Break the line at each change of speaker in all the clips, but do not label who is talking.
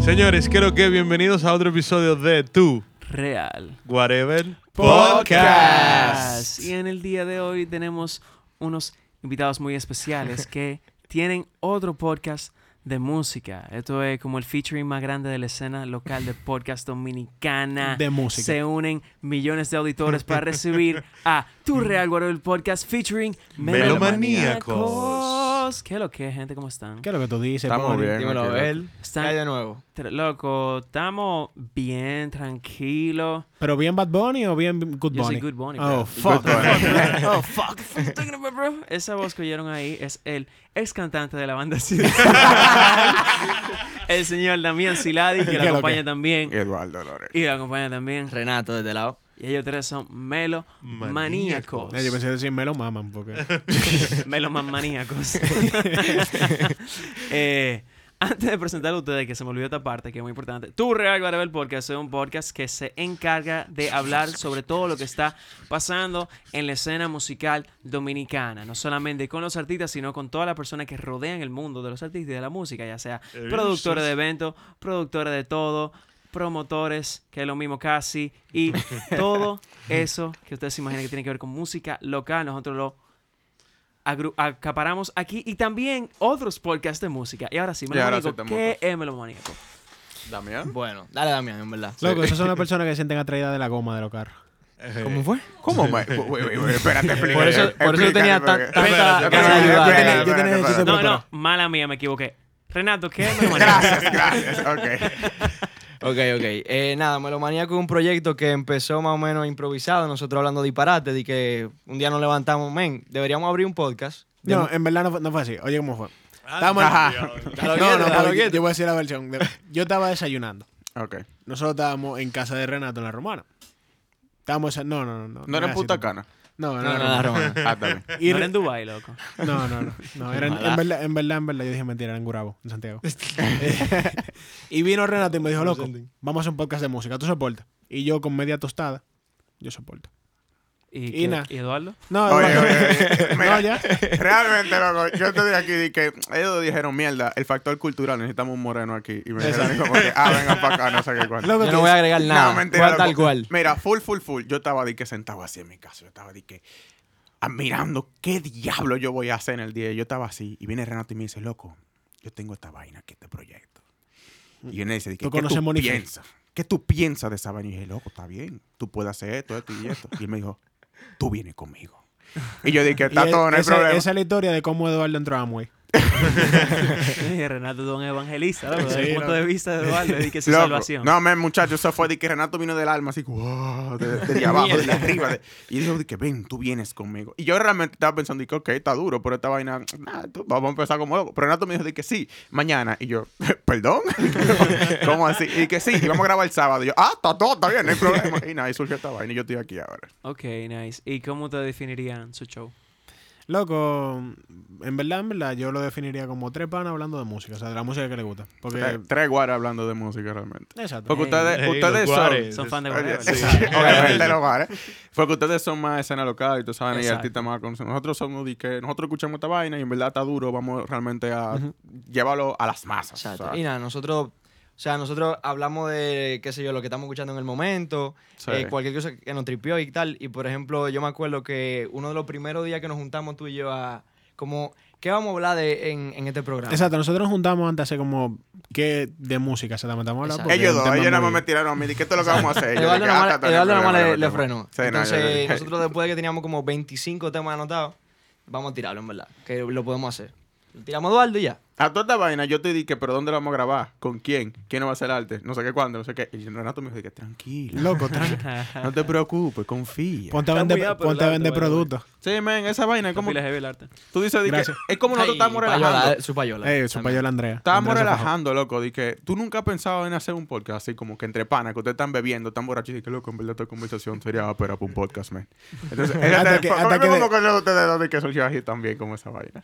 Señores, creo que bienvenidos a otro episodio de Tu
Real
Whatever
Podcast. Y en el día de hoy tenemos unos invitados muy especiales que tienen otro podcast de música. Esto es como el featuring más grande de la escena local de podcast dominicana.
De música.
Se unen millones de auditores para recibir a Tu Real Whatever Podcast featuring
Melomaníacos.
Melomaníacos. ¿Qué es lo que, es, gente? ¿Cómo están?
¿Qué es lo que tú dices? eh.
Estamos
Poli?
bien.
Dímelo,
aquí,
él.
Están-
de nuevo.
Tre- Loco, estamos bien, tranquilo.
¿Pero bien Bad Bunny o bien Good Bunny?
Yo soy Good Bunny. bro.
Oh, fuck.
oh, fuck. fuck, talking about, bro. Esa voz que oyeron ahí es el ex cantante de la banda Sil- El señor Damián Siladi, que
¿Qué
lo
lo
acompaña
que?
también.
Eduardo Lores.
Y lo acompaña también.
Renato, de este lado.
Y ellos tres son Melo Maníacos.
Maníacos.
Eh, Yo pensé decir me lo maman porque...
Melo más maníacos. Eh, antes de presentar a ustedes, que se me olvidó esta parte, que es muy importante, Tu Real Guarabel Podcast es un podcast que se encarga de hablar sobre todo lo que está pasando en la escena musical dominicana. No solamente con los artistas, sino con todas las personas que rodean el mundo de los artistas y de la música, ya sea
Eh,
productores
sí.
de eventos, productores de todo, promotores, que es lo mismo casi, y todo eso que ustedes se imaginan que tiene que ver con música local, nosotros lo agru- acaparamos aquí y también otros podcasts de música. Y ahora sí,
Y ahora
Melomaníaco,
sí,
¿qué es Melomaníaco?
Damián.
Bueno, dale Damián, en verdad.
Loco, esas son las personas que se sienten atraídas de la goma de los carros.
¿Cómo fue?
¿Cómo? ma- Wait, wait, wait, wait, Espérate, explícame.
Por eso- por eso tenía tan-
Espérate,
tanta ganas de
espérate, espérate,
ayudar.
espérate,
Yo tenía- yo
espérate,
tenía
espérate.
No,
prepara.
no, mala mía, me equivoqué. Renato, ¿qué es Melomaníaco?
Gracias, gracias. Ok.
Ok, ok. Eh, nada, Melomaníaco es un proyecto que empezó más o menos improvisado, nosotros hablando disparate, de que un día nos levantamos, men, deberíamos abrir un podcast. de
No,
mu-
en verdad no fue, no fue así. Oye, ¿cómo fue?
Ajá.
No,
quieto,
no,
a lo
porque yo,
quieto.
yo voy a decir la versión. de- Yo estaba desayunando.
Ok.
Nosotros estábamos en casa de Renato en la Romana. Estábamos... desa- No, no, Ah, no.
No era en
así
Punta
tampoco.
Cana.
No, no,
No,
no.
no, la romana.
Ah, también.
Y
No
Re-
era en Dubái, loco.
No, no, no. no era en, en
Ojalá.
verdad, en verdad, en verdad, yo dije mentira, era en Gurabo, en Santiago. y vino Renato y me dijo, loco, vamos a hacer un podcast de música, tú soportas. Y yo con media tostada, yo soporto.
¿Y,
Y
qué-
nada.
¿y Eduardo?
No,
Oye,
no,
oye, oye.
no,
Mira,
ya.
realmente, loco, yo estoy de aquí de que ellos dijeron, mierda, el factor cultural, necesitamos un moreno aquí. Y me dijeron como que, ah, vengan para acá, no sé qué cuánto.
Loco,
Yo
tú-
no voy a agregar nada.
No, mentira.
Igual tal
loco.
cual.
Mira, full, full, full. Yo estaba de que sentado así en mi casa. Yo estaba de que admirando qué diablo yo voy a hacer en el día. Yo estaba así y viene Renato y me dice, loco, yo tengo esta vaina aquí, este proyecto. Y viene y dice, de que,
Tú
¿qué
conoces
tú
Monife.
piensas? ¿Qué tú piensas de esa vaina? Y dije, loco, está bien. Tú puedes hacer esto, esto y esto. Y él me dijo, tú vienes conmigo. Y yo dije,
y e
está todo, no hay
esa,
problema.
esa es la historia de cómo Eduardo entró a Amway.
Y Renato es un evangelista, loco.
Sí,
Desde el punto
loco.
de vista de Eduardo, y que su
Loco,
salvación.
No, men, muchachos, eso fue de que Renato vino del alma, así, wow, de, de- de abajo, de arriba. de- y dijo, de que ven, tú vienes conmigo. Y yo realmente estaba pensando, de que, ok, está duro, pero esta vaina, nah, tú- vamos a empezar como loco. Pero Renato me dijo, de que sí, mañana. Y yo, perdón, ¿cómo así? Y que sí, y vamos a grabar el sábado. Y yo, ah, está todo, está bien, no hay problema. Y nada, y surgió esta vaina y yo estoy aquí ahora.
Ok, nice. ¿Y cómo te definirían su show?
Loco, en verdad, en verdad, yo lo definiría como tres panas hablando de música, o sea, de la música que le gusta. Porque,
Tres- Tres guaras hablando de música realmente.
exacto.
Porque
Ey,
ustedes,
ey,
ustedes
los
son...
guares.
Son fan de
Oye,
Guarabel.
sí,
Sí.
obviamente los bares. Fue que ustedes son más escena local y tú sabes, y
Exacto.
artistas más conocidos. Nosotros somos de que nosotros escuchamos esta vaina y en verdad está duro, vamos realmente a llevarlo a las masas.
Exacto.
¿sabes?
Y nada, nosotros, o sea, nosotros hablamos de, qué sé yo, lo que estamos escuchando en el momento,
Sí.
eh, cualquier cosa que nos tripió y tal. Y por ejemplo, yo me acuerdo que uno de los primeros días que nos juntamos tú y yo a, como, ¿qué vamos a hablar de, en, en este programa?
Exacto, nosotros nos juntamos antes hace como que de música, exactamente. Estamos hablando
Exacto.
porque
ellos
es un
dos,
tema
ellos nada
muy-
más me tiraron a mí. ¿Qué esto es lo que vamos a hacer? Yo dije,
Eduardo
"Ah,
nomás,
está bien,
Eduardo
no hay
nomás le,
problema,
le
no hay
frenó.
problema". Sí, no, yo
Entonces,
dije,
nosotros después de que teníamos como 25 temas anotados, vamos a tirarlo, en verdad, que lo podemos hacer. Tiramos a Eduardo y ya.
A toda esta vaina yo te dije, pero ¿dónde lo vamos a grabar? ¿Con quién? ¿Quién va a hacer arte? No sé qué cuándo, no sé qué. Y Renato me dijo, que tranquilo,
Loco, tranqui.
no te preocupes, confía.
Ponte a
Está muy
vender,
up, pero
ponte a
la-
vender
te voy a ver.
productos.
Sí, men, esa vaina es
Como
como...
la heavy el arte.
Tú dices, de que,
Gracias.
es como nosotros
Ay,
estamos
payola,
relajando.
eh, su payola.
Eh, su payola Andrea.
Estábamos
Andrea se fajó.
relajando, loco. Dije, que tú nunca has pensado en hacer un podcast así como que entre panas, que ustedes están bebiendo, están borrachos. Dije, loco, en verdad esta conversación sería ópera para un podcast, man. Entonces,
Hasta que- hasta que de-
como que ustedes dos de que son así también como esa vaina.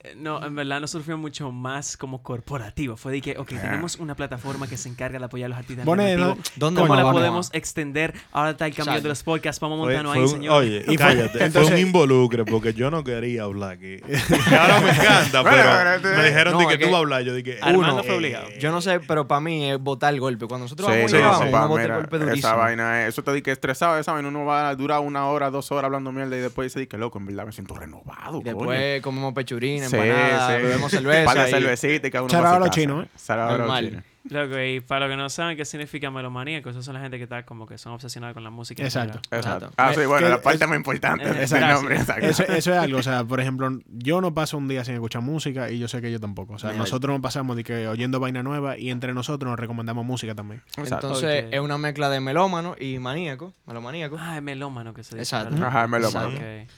Eh, No, en verdad no surgió mucho más como corporativo. Fue de que, ok, tenemos una plataforma que se encarga de apoyar a los artistas
Bonet,
alternativos.
¿no?
¿Dónde
¿Cómo
vamos?
la
Vamos.
podemos extender? Ahora está el cambio de los podcasts. Vamos a montarnos
Fue
ahí,
un-
señor.
Oye,
Y fue-
cállate. fue
entonces-
un involucre porque yo no quería hablar aquí. Y ahora me encanta,
Bueno,
pero
pero-
me dijeron
No,
de que,
es
tú
que-
vas a hablar. Yo dije,
Armando
uno,
fue
eh,
obligado.
Yo no sé, pero para mí es botar el golpe. Cuando nosotros vamos
Sí,
y
sí,
grabamos,
sí,
pa,
vamos a botar el
mira,
golpe
esa
durísimo.
vaina es, eso te di que estresado, esa vaina uno va a durar una hora, dos horas hablando mierda y después dice di que loco, en verdad me siento renovado, coño.
Después comemos pechurina,
Sí,
empanada,
sí.
bebemos
Par de
cerveza. y-
cervecita y cada uno
Shout
para
out
su
a los
casa.
chinos, ¿eh?
Shout out a los
Normal.
chinos.
Loco, y para los que no saben qué significa melomaníaco, esos son la gente que está como que son obsesionados con la música. en
Exacto.
general.
Exacto.
Exacto.
Ah, sí,
Eh,
bueno,
que-
la parte
es-
más importante
eh,
del
gracias.
nombre, exacto.
Eso, eso es algo, o sea, por ejemplo, yo no paso un día sin escuchar música y yo sé que yo tampoco. O sea,
Mira.
nosotros nos pasamos de que oyendo vaina nueva y entre nosotros nos recomendamos música también.
Exacto.
Entonces,
Ok.
es una mezcla de melómano y maníaco. Melomaníaco.
Ah, es melómano que se dice.
Exacto.
¿verdad?
Ajá, me lo
Exacto.
mando.
Ok.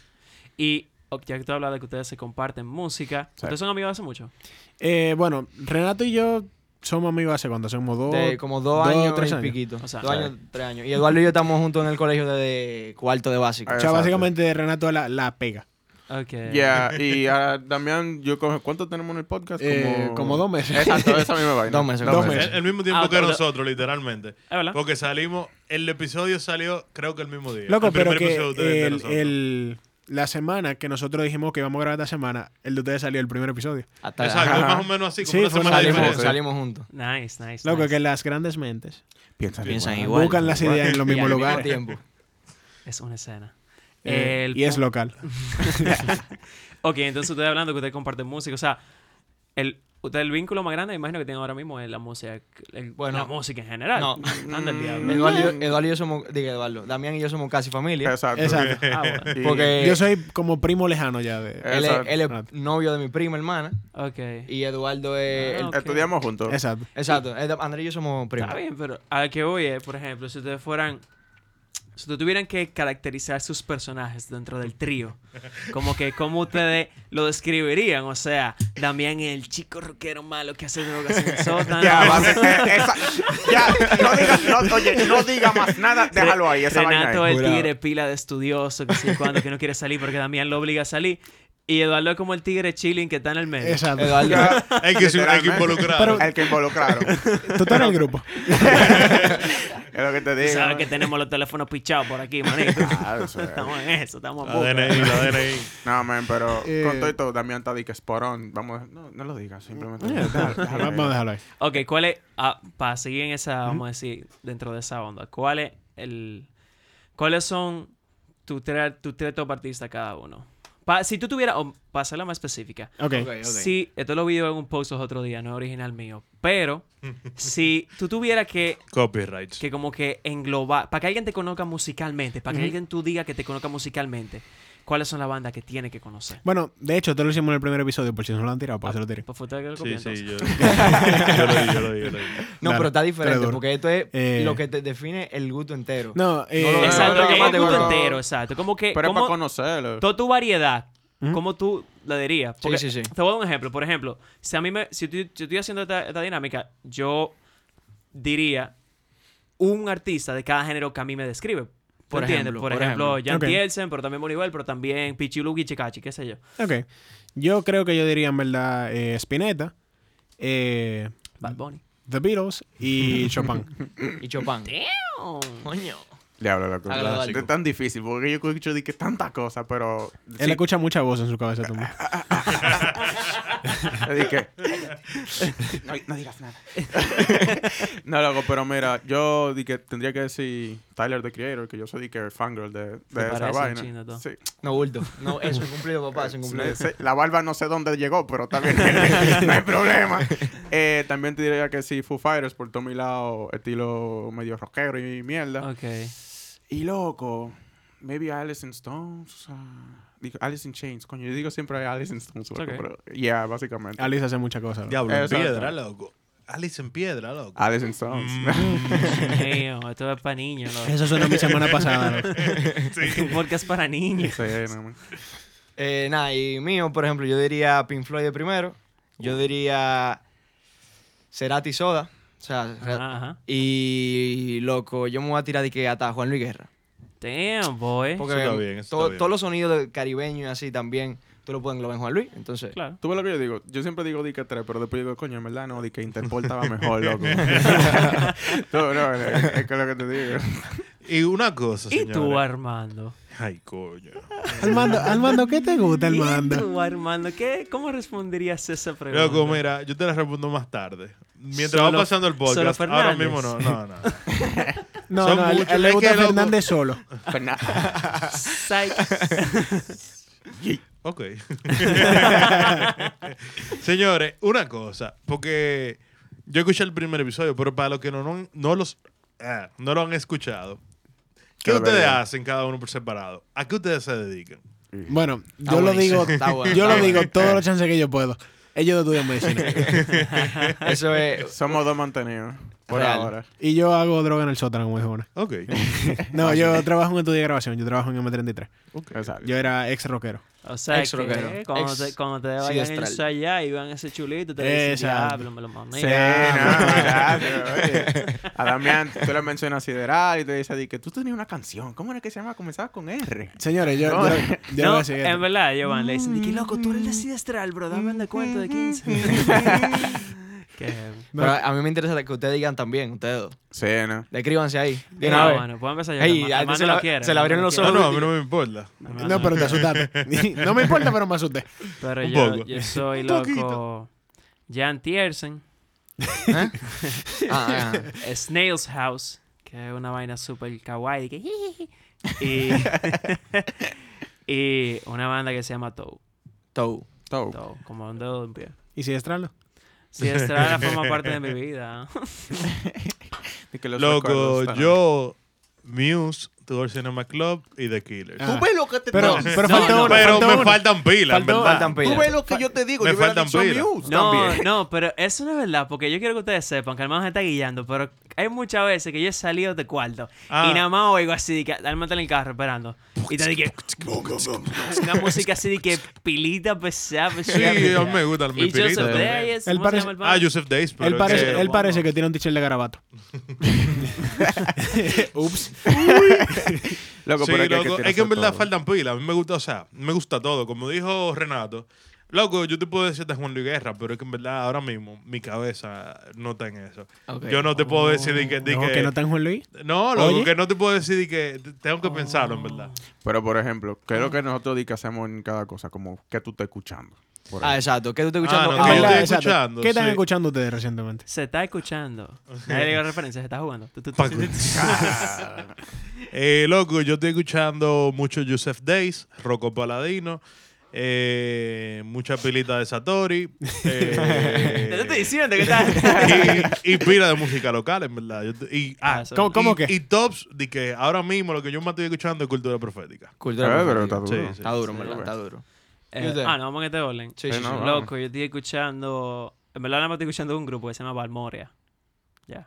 Y ok, ya que tú hablas de que ustedes se comparten música,
Sí.
¿ustedes son amigos de hace mucho?
Eh, bueno, Renato y yo somos amigos hace cuánto, hace como dos.
De como dos, años,
tres
y
años.
piquito.
O sea,
dos
sí.
años, tres años. Y Eduardo y yo estamos juntos en el colegio desde cuarto de básico.
Ah,
O sea,
Exacto.
básicamente Renato la, la pega.
Ok.
Ya, y ah, Damián, yo coge, ¿cuánto tenemos en el podcast?
Eh, como dos meses.
Exacto, esa misma vaina.
Dos meses,
Dos
el-
meses.
El mismo tiempo
Ah,
que
pero-
nosotros, literalmente.
¿Es verdad?
Porque salimos, el episodio salió creo que el mismo día.
Loco,
el
pero
primer
que
episodio de ustedes de
el,
nosotros.
el- la semana que nosotros dijimos que íbamos a grabar esta semana, el de ustedes salió el primer episodio.
Hasta-
Exacto,
ajá.
es más o menos así, como
Sí,
una
fue una
semana de
Salimos,
diferencia.
salimos juntos.
Nice, nice.
Loco,
nice.
que las grandes mentes
Piensan,
Piensan
igual.
igual.
buscan las ideas en los
Y al
mismos
mismo
lugares.
tiempo.
Es una escena.
Eh,
El
y es
pu-
local.
Ok, entonces ustedes hablando que ustedes comparten música, o sea, el, usted, el vínculo más grande, me imagino que tienen ahora mismo es la música, el-
Bueno,
la música en general. Mm,
no.
Anda el diablo.
Eduardo, y yo- Eduardo y yo somos, diga Eduardo, Damián y yo somos casi familia.
Exacto.
Exacto.
Ah, bueno.
Y-
Porque
Yo soy como primo lejano ya de.
Eh,
él es,
exacto.
él es novio de mi prima hermana
Ok.
y Eduardo es...
Ah,
el-
ok.
Estudiamos juntos.
Exacto.
exacto, Ed- Andrés y yo somos primos.
Está bien, pero a lo que voy es, por ejemplo, si ustedes fueran. Si ustedes tuvieran que caracterizar sus personajes dentro del trío, como que cómo ustedes lo describirían, o sea, Damián es el chico rockero malo que hace drogas en el sótano.
Ya, va a ser- eh, esa- ya, no digas, no, oye, no diga más nada, déjalo ahí, esa
Renato
vaina ahí.
el
Jurado.
tigre pila de estudioso, que sí, cuando que no quiere salir porque Damián lo obliga a salir. Y Eduardo es como el tigre chilling que está en el medio.
Exacto.
Eduardo,
Ya,
Hay que, hay
literalmente.
que involucrar.
El que involucraron. es
Tú estás en el grupo.
lo que te
Tú
digo.
sabes que tenemos los teléfonos pichados por aquí, manito.
Ah, eso es.
estamos en eso, estamos en
La
busca.
DNI, la DNI.
No, man, pero
Eh.
con todo y todo, Damián está de que sporón. Vamos, a- no, no lo digas, simplemente.
Eh.
Déjalo, déjalo ahí.
Vamos a dejarlo ahí.
Ok, ¿cuál es, ah, para seguir en esa, vamos a decir, dentro de esa onda, ¿cuál es el, ¿cuáles son tus tres tu tres top artistas cada uno? Pa- si tú tuvieras, o para hacerla más específica,
Ok.
Ok, ok.
si, esto lo vi yo en un post los otro día, no es original mío, pero si tú tuvieras que,
Copyrights.
que como que englobar, para que alguien te conozca musicalmente, para que alguien tú diga que te conozca musicalmente, ¿cuáles son las bandas que tiene que conocer?
Bueno, de hecho, te lo hicimos en el primer episodio, por si no lo han tirado, pues se lo tiré.
Pues fue usted que lo copió,
Sí, sí,
entonces.
yo, yo lo vi, yo lo vi, yo lo vi.
No,
Dale,
pero está
dale
diferente
duro.
porque esto es
Eh,
lo que te define el gusto entero.
No, eh,
No lo veo.
Exacto,
no,
que
no,
es el gusto
pero-
entero, exacto. Como que,
Pero es
como-
para conocerlo.
toda tu variedad,
Ujú.
¿cómo tú la dirías?
Sí,
Porque
sí, sí.
Te voy a dar un ejemplo. Por ejemplo, si a mí me, si yo, yo estoy haciendo esta, esta dinámica, yo diría un artista de cada género que a mí me describe. Por
Por
entiendes?
ejemplo,
por,
por
ejemplo,
ejemplo.
Jan
Ok.
Tielsen, pero también Bolívar, pero también Pichilu Guichicachi, qué sé yo.
ok. Yo creo que yo diría en verdad eh, Spinetta, eh,
Bad Bunny.
The Beatles y Chopin.
Y Chopin. Coño.
Diablo, loco.
Hágalo, Eduardo.
Es tan difícil, porque yo escucho de que tanta cosa, pero.
Él
sí,
escucha mucha voz en su cabeza también.
Así que- No, no digas nada. no, loco, pero mira, yo di que tendría que decir Tyler the Creator, que yo soy de que fangirl de, de esa
parece
vaina.
un chino, tú.
Sí.
No, bulto. No, es un cumplido, papá, es un cumplido.
Sí, La barba no sé dónde llegó, pero está bien. no hay problema. Eh, también te diría que sí, Foo Fighters, por todo mi lado, estilo medio rockero y mierda.
Ok.
Y loco, maybe Alice in Stones. o sea, digo, Alice in Chains, coño. Yo digo siempre Alice in Stones, loco,
Ok.
pero. Yeah, básicamente.
Alice hace muchas cosas. loco.
Diablo, en
Exacto.
piedra, loco. Alice en piedra,
Ah.
loco.
Alice in Stones.
Mm. Mío, esto es para niños. loco.
Eso suena mi semana pasada. loco.
Es un podcast para niños.
Sí, no, man.
Eh, nada, y mío, por ejemplo, yo diría Pink Floyd de primero. Yo diría Cerati Soda. O sea,
Ajá, ajá.
y loco, yo me voy a tirar de que hasta Juan Luis Guerra.
Damn, boy.
Porque
¿eh?
está bien, eso está
to-
bien.
todos los sonidos de- caribeños y así también tú lo puedes englobar en Juan Luis. Entonces,
Claro.
Tú ves lo que yo digo. Yo siempre digo di que 3, pero después digo, coño, en verdad no, di que Interpol estaba mejor, loco. no, no, es, es que es lo que te digo.
Y una cosa,
¿Y tú,
señores.
Armando?
Ay, coño.
Armando, Armando, ¿qué te gusta,
¿Y
Armando?
tú, Armando? ¿Qué, ¿Cómo responderías esa pregunta?
Loco, mira, yo te la respondo más tarde. Mientras
Solo-
va pasando el
solo
podcast. Ahora
Fernández.
mismo no, no, no.
No,
Son
no, a él-
muchos,
a él le
es
gusta
que loco-
Fernández solo.
Pues Fernández.
Psych.
Ok. Señores, una cosa, porque yo escuché el primer episodio, pero para los que no, no, no los, ah, no lo han escuchado, ¿qué
Qué
ustedes
barbaridad.
hacen cada uno por separado? ¿A qué ustedes se dedican?
Bueno,
Está
yo lo
buenísimo,
digo,
está bueno,
yo
está
lo digo
bueno.
todos los chances que yo puedo. Ellos estudian medicina.
eso es.
Somos dos mantenidos. Por
Real.
ahora.
Y yo hago droga en el sótano, como dijo una.
Ok.
No, yo trabajo en un estudio de grabación. Yo trabajo en M33.
Exacto.
Yo era ex rockero.
O sea,
Ex
que,
rockero.
eh, cuando,
Ex
te, cuando te vayan a
siestral.
ensayar y vean ese chulito, te dicen,
Exacto.
diablo, me lo mamé.
Sí.
Sí,
Ah,
no, Eh, gracias, oye. A Damián, tú le mencionas Sideral y te dice di que tú tenías una canción. ¿Cómo era que se llama? Comenzaba con E". R.
Señores, yo,
No.
yo, yo
no,
voy a seguir.
en verdad, Giovanni le dicen,
Mm.
que loco, tú eres la sidestral, bro, dame un cuenta de 15. que,
No.
Pero a mí me interesa que ustedes digan también, ustedes dos.
Sí, ¿no?
Descríbanse ahí. De una
no,
vez.
bueno, puedo empezar yo.
Ey,
Arma-
a ti
Armando
se la-
lo quiere,
se le abrieron
Armando
los
lo
No,
ojos.
Ah, no,
quiere.
a mí no me importa.
Armando
No, pero te asustaste. No me importa, pero me asusté.
Pero
Un
yo,
poco.
yo soy
Un poquito.
loco. Jan Tiersen,
¿Eh? Ah, ah, ah.
Snail's House, que es una vaina super kawaii. que jijiji. y, y una banda que se llama Toe.
Tou.
Tou.
Toe, como un dedo de un pie.
¿Y si estralo?
Si Estrada forma parte de mi vida.
Di que los recuerdos
Loco,
están-
yo, Muse, Tudor Cinema Club y The Killers.
Ah.
Tú ves lo que te
Pero,
no,
pero
no,
falta
no,
uno,
pero
falta
me
uno.
faltan pilas, en
Faltó-
¿verdad?
Faltan
Tú ves
pilas.
lo que yo te digo.
Me
yo hubiera
faltan
dicho
pilas.
Muse
No,
también.
no, pero eso no es verdad, porque yo quiero que ustedes sepan que hermano se está guiando, pero hay muchas veces que yo he salido de cuarto
Ah.
y nada más oigo así, de que "Dálmate en el carro esperando. Y te dije, una música así de que pilita pesada,
Sí,
pesada.
a
pesada.
mí me gusta el
Y Joseph
Mipirito.
Reyes,
Él
¿cómo se
parece-
llama el pana?
Ah, Joseph Days, pero
Él parece,
que-
él parece que tiene un teacher de garabato. Ups.
Loco,
Sí,
pero hay que-
loco,
hay tirarse
es que en verdad
todo.
faltan pilas. A mí me gusta, o sea, me gusta todo. Como dijo Renato, loco, yo te puedo decir de Juan Luis Guerra, pero es que en verdad ahora mismo mi cabeza no está en eso.
Ok.
Yo no te puedo decir de que. de
No,
que-
que no está en Juan Luis.
No, loco,
Oye.
que no te puedo decir de que t- tengo que pensarlo, en verdad.
Pero, por ejemplo, ¿qué es lo que nosotros di que hacemos en cada cosa? Como, ¿qué tú estás escuchando? Por
Ah,
ejemplo.
exacto. ¿Qué tú estás escuchando?
Ah, no,
En
que yo
ahora?
verdad,
estoy
exacto.
escuchando,
¿Qué están
sí.
escuchando ustedes recientemente?
Se está escuchando. Nadie le dio referencia, se está jugando. Tu, tu, tu, tu, tu.
Eh, loco, yo estoy escuchando mucho Joseph Days, Rocco Paladino, eh, mucha pilita de Satori. eh,
Te estoy diciendo que está.
y, y pila de música local, en verdad. Yo te- y, ah,
Ah, eso.
¿Cómo, cómo
y,
que?
y tops de que ahora mismo lo que yo más estoy escuchando es cultura profética.
Cultura
Eh, pero
profética.
está duro.
Sí, sí.
Está duro, en
Sí,
verdad,
bueno.
Está duro.
Eh,
¿Y usted?
ah, no, vamos en este orden.
Sí,
Sí,
sí,
no,
sí.
vamos.
Loco, yo estoy escuchando. En verdad, nada más estoy escuchando un grupo que se llama Balmoria. Ya.